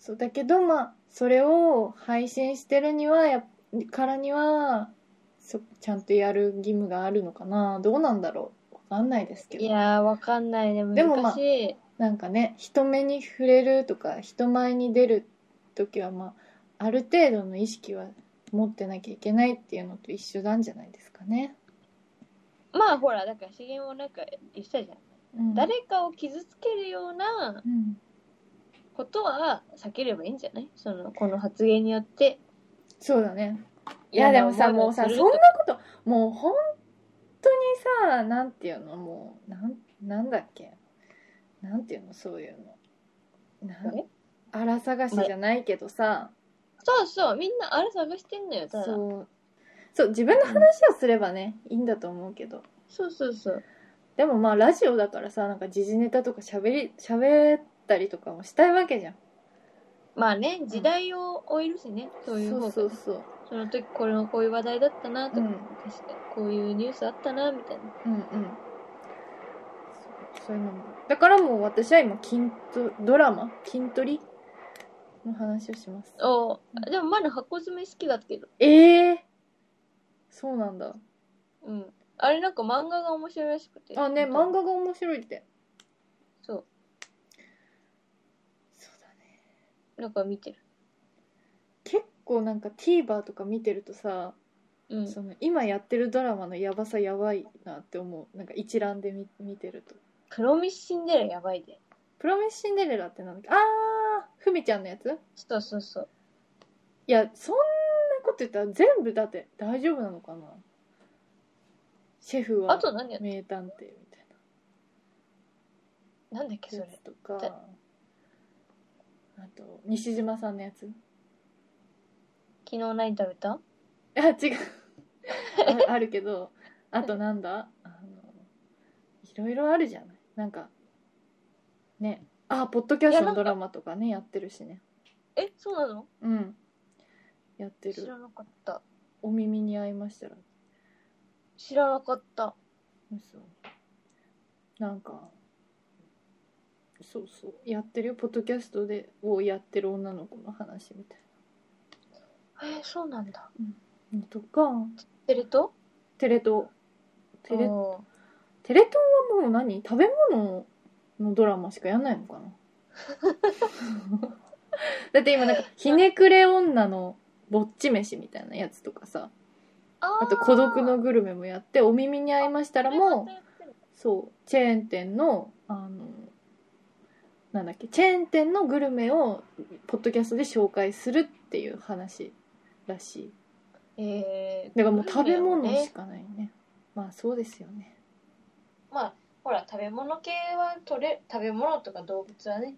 Speaker 1: そうだけどまあそれを配信してるにはやからにはそちゃんとやる義務があるのかなどうなんだろうわかんないですけ
Speaker 2: い
Speaker 1: ど
Speaker 2: やーわかんないね難しい
Speaker 1: でもまあなんかね人目に触れるとか人前に出る時はまあある程度の意識は持ってなきゃいけないっていうのと一緒なんじゃないですかね。
Speaker 2: まあほらだから資源をなんか言ってたじゃん、
Speaker 1: うん、
Speaker 2: 誰かを傷つけるような
Speaker 1: うん、
Speaker 2: ことは避ければいいんじゃないそのこの発言によって
Speaker 1: そうだね。いやでもさ
Speaker 2: 嫌な
Speaker 1: も
Speaker 2: 思
Speaker 1: う
Speaker 2: いをす
Speaker 1: さそ
Speaker 2: る
Speaker 1: ん
Speaker 2: と
Speaker 1: なこともう本当にさなんていうのもうなんなんだっけなんていうのそういうのな
Speaker 2: え
Speaker 1: 荒探しじゃないけどさ
Speaker 2: そうそうみんなあれ探してんのよただそう
Speaker 1: そうそう自分の話をすればね、いいんだと思うけど
Speaker 2: そうそう
Speaker 1: でもまあラジオだからさなんか時事ネタとか喋り喋ったりとかもしたいわけじゃん
Speaker 2: まあね時代を追えるしね、そういう方が
Speaker 1: そうそうそう
Speaker 2: その時これのこういう話題だったなとか、
Speaker 1: うん
Speaker 2: 昔こういうニュースあったなみたいな
Speaker 1: うんうんそうそういうのもだからもう私は今筋トドラマ筋トレの話をします
Speaker 2: おでもまだ箱詰め好きだけど
Speaker 1: ええそうなんだ
Speaker 2: うんあれなんか漫画が面白いらしくて
Speaker 1: あね漫画が面白いって
Speaker 2: そ
Speaker 1: そうだね
Speaker 2: うなんか見てる
Speaker 1: 結構なんか TVer とか見てるとさ、
Speaker 2: うん
Speaker 1: その今やってるドラマのやばさやばいなって思うなんか一覧で見見てると
Speaker 2: プロミスシンデレラやばいで
Speaker 1: 「プロミスシンデレラ」ってなんだっけあーふみちゃんのやつ
Speaker 2: そうそうそう
Speaker 1: いやそんなこと言ったら全部だって大丈夫なのかなシェフは
Speaker 2: あと何や
Speaker 1: 名探偵みたい
Speaker 2: なんだっけそ
Speaker 1: なや
Speaker 2: れ
Speaker 1: つとかあと西島さんのやつ
Speaker 2: 昨日何食べた
Speaker 1: あ違 うああるけどあとなんだあのいろいろあるじゃないなんかねあポッドキャストのドラマとかねやってるしね
Speaker 2: えそうなの
Speaker 1: うんやって
Speaker 2: 知
Speaker 1: る
Speaker 2: らなかった
Speaker 1: お耳に合いましたら
Speaker 2: 知らなかった
Speaker 1: そうなんかそうそうやってるよポッドキャストでをやってる女の子の話みたい
Speaker 2: えー、そうなんだ
Speaker 1: なのとか
Speaker 2: テレ東
Speaker 1: テレ東テレ
Speaker 2: おー
Speaker 1: テレ東はもう何食べ物のドラマしかやんないのかなだって今なんかひねくれ女のぼっち飯みたいなやつとかさ
Speaker 2: あー
Speaker 1: あと孤独のグルメもやってお耳に合いましたらもうそうチェーン店のあのなんだっけチェーン店のグルメをポッドキャストで紹介するっていう話らしい
Speaker 2: えー
Speaker 1: だからもう食べ
Speaker 2: グル
Speaker 1: 物
Speaker 2: メは
Speaker 1: し
Speaker 2: ね
Speaker 1: かないねまあそうですよね
Speaker 2: まあほら食べ物系は取れ食べ物とか動物はね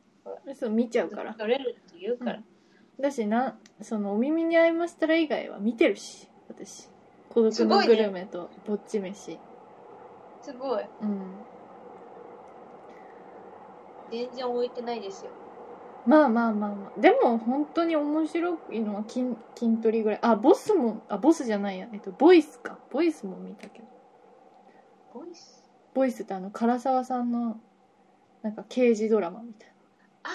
Speaker 1: そう見ちゃうから
Speaker 2: 取れるって言うから、
Speaker 1: うんだしなそのお耳に合いましたら以外は見てるし私孤独
Speaker 2: す
Speaker 1: の
Speaker 2: ごい
Speaker 1: グ
Speaker 2: ね
Speaker 1: ルメとぼっち飯、
Speaker 2: すごい
Speaker 1: うん
Speaker 2: 全然置いてないですよ
Speaker 1: まあまあまあまあでも本当に面白いのは筋筋トレぐらいあボスもあボスじゃないやえっとボイスかボイスも見たけど
Speaker 2: ボイス
Speaker 1: ボイスってあの唐沢さんのなんか刑事ドラマみたい
Speaker 2: あ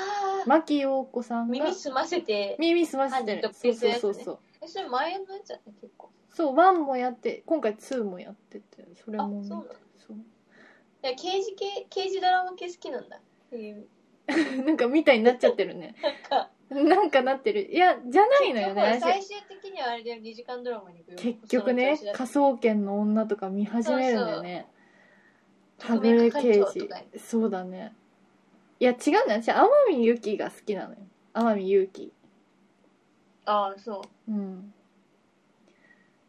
Speaker 1: な
Speaker 2: あ
Speaker 1: 牧陽子さんが
Speaker 2: 耳澄ませて
Speaker 1: 耳すませてる
Speaker 2: 犯人と
Speaker 1: そう
Speaker 2: 別
Speaker 1: そ
Speaker 2: の
Speaker 1: うそう
Speaker 2: やつね
Speaker 1: そう
Speaker 2: えそれ前のやつだね結構
Speaker 1: そう1もやって今回2もやっててそれも見て
Speaker 2: あそうなの
Speaker 1: そう
Speaker 2: いや刑事系刑事ドラマ系好きなんだっていう
Speaker 1: なんかみたいになっちゃってるね。
Speaker 2: なんか
Speaker 1: なんかなってる。いや、じゃないのよね。
Speaker 2: 結局最
Speaker 1: 私
Speaker 2: 終的にはあれだよ2時間ドラマに行くよ
Speaker 1: 結局ね
Speaker 2: その、調子だ
Speaker 1: 科捜研の女とか見始めるんだよね。
Speaker 2: そうそう
Speaker 1: はぐれ
Speaker 2: 特命
Speaker 1: 刑
Speaker 2: 係長
Speaker 1: 事
Speaker 2: とかね。
Speaker 1: そうだね。いや、違うんだよ。私、天海祐希が好きなのよ。天海祐希。
Speaker 2: ああそう
Speaker 1: うん。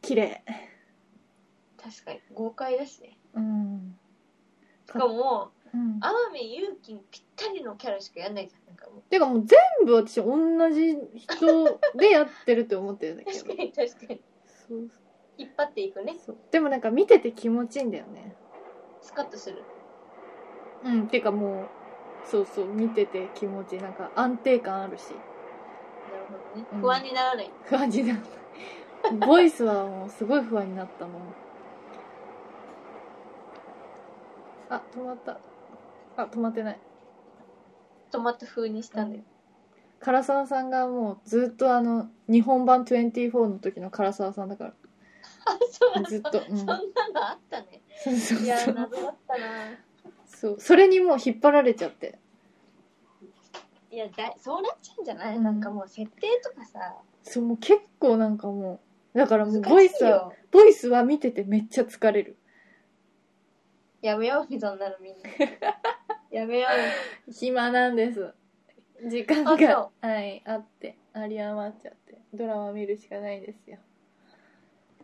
Speaker 1: 綺麗。
Speaker 2: 確かに豪快だしね
Speaker 1: うん。
Speaker 2: しかももう
Speaker 1: うん。
Speaker 2: 天海祐希にぴったりのキャラしかやんないじゃんなんかもう
Speaker 1: てかもう全部私同じ人でやってるって思ってるん だけど。
Speaker 2: 確かに確かに
Speaker 1: そう
Speaker 2: 引っ張っていくね
Speaker 1: そう。でもなんか見てて気持ちいいんだよね。
Speaker 2: スカッとする
Speaker 1: うん、てかもう、そうそう、見てて気持ちいい。なんか安定感あるし、
Speaker 2: なるほどね
Speaker 1: うん
Speaker 2: 不安にならない、
Speaker 1: 不安になった。ボイスはもうすごい不安になったもん。あ、止まった。あ、止まってない。
Speaker 2: トマト風にしたんだよ、
Speaker 1: 唐沢さんがもうずっとあの、日本版24の時の唐沢さんだか
Speaker 2: あそうな
Speaker 1: ら、
Speaker 2: んだ
Speaker 1: ずっと。うん、
Speaker 2: そんなのあったね
Speaker 1: そうそう
Speaker 2: いや
Speaker 1: そ
Speaker 2: 謎
Speaker 1: う。
Speaker 2: だったな
Speaker 1: そう。それにもう引っ張られちゃって。
Speaker 2: いやだいそうなっちゃうんじゃない、
Speaker 1: うん
Speaker 2: なんかもう設定とかさ
Speaker 1: そう、もう結構なんかもう、だからもうボイ
Speaker 2: 難し
Speaker 1: ス
Speaker 2: い
Speaker 1: は、
Speaker 2: よ
Speaker 1: ボイスは見ててめっちゃ疲れる。
Speaker 2: やめようそんなのみんな やめよ
Speaker 1: 暇なんです時間
Speaker 2: あ
Speaker 1: が
Speaker 2: そ
Speaker 1: はいあってあり余っちゃってドラマ見るしかないですよ
Speaker 2: う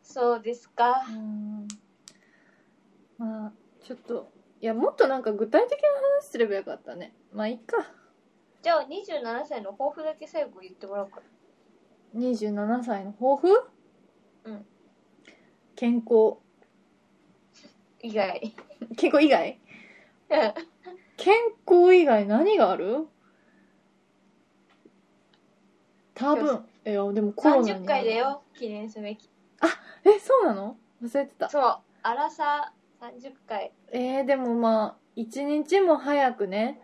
Speaker 2: そうですか
Speaker 1: うんまあちょっといやもっとなんか具体的な話すればよかったねまあいいか
Speaker 2: じゃあ27歳の抱負だけ最後言ってもらおうか
Speaker 1: 27歳の抱負
Speaker 2: うん
Speaker 1: 健康
Speaker 2: 以外
Speaker 1: 健康以外健康以外何がある多
Speaker 2: よ
Speaker 1: 分いやでもコロナに
Speaker 2: 30回だよ記念すべき
Speaker 1: えそうなの忘れてた
Speaker 2: そうアラサー30回
Speaker 1: えー、でもまあ一日も早くね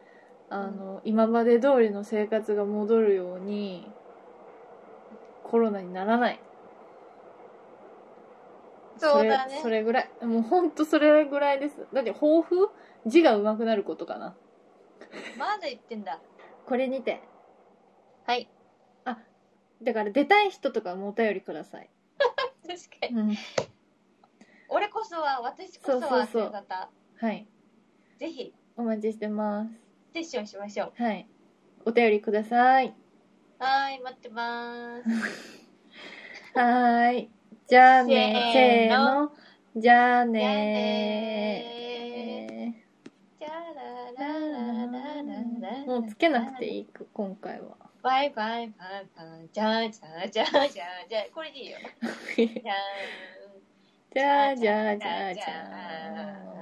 Speaker 1: あの、今まで通りの生活が戻るようにコロナにならない
Speaker 2: そうだね
Speaker 1: それそれぐらいもうほんとそれぐらいですだって抱負字が上手くなることかな
Speaker 2: まだ言ってんだ
Speaker 1: これにて
Speaker 2: はい
Speaker 1: だから出たい人とかもお便りください、
Speaker 2: 確かに
Speaker 1: うん、
Speaker 2: 俺こそは私こ
Speaker 1: そう
Speaker 2: そは
Speaker 1: そうそう
Speaker 2: という方
Speaker 1: はい
Speaker 2: ぜひ
Speaker 1: お待ちしてます
Speaker 2: セッションしましょう
Speaker 1: はいお便りください
Speaker 2: はーい待ってまーす
Speaker 1: はーいじゃあねせ
Speaker 2: せ
Speaker 1: ー
Speaker 2: ー
Speaker 1: の
Speaker 2: の
Speaker 1: じゃあね
Speaker 2: じゃあ
Speaker 1: ね
Speaker 2: ねじゃらららららら
Speaker 1: もうつけなくていい今回は
Speaker 2: バイバイバイバイじゃあじゃあじゃあじゃあじゃあこれでいいよじゃ
Speaker 1: じゃあ
Speaker 2: あ
Speaker 1: じゃあじゃあじゃあ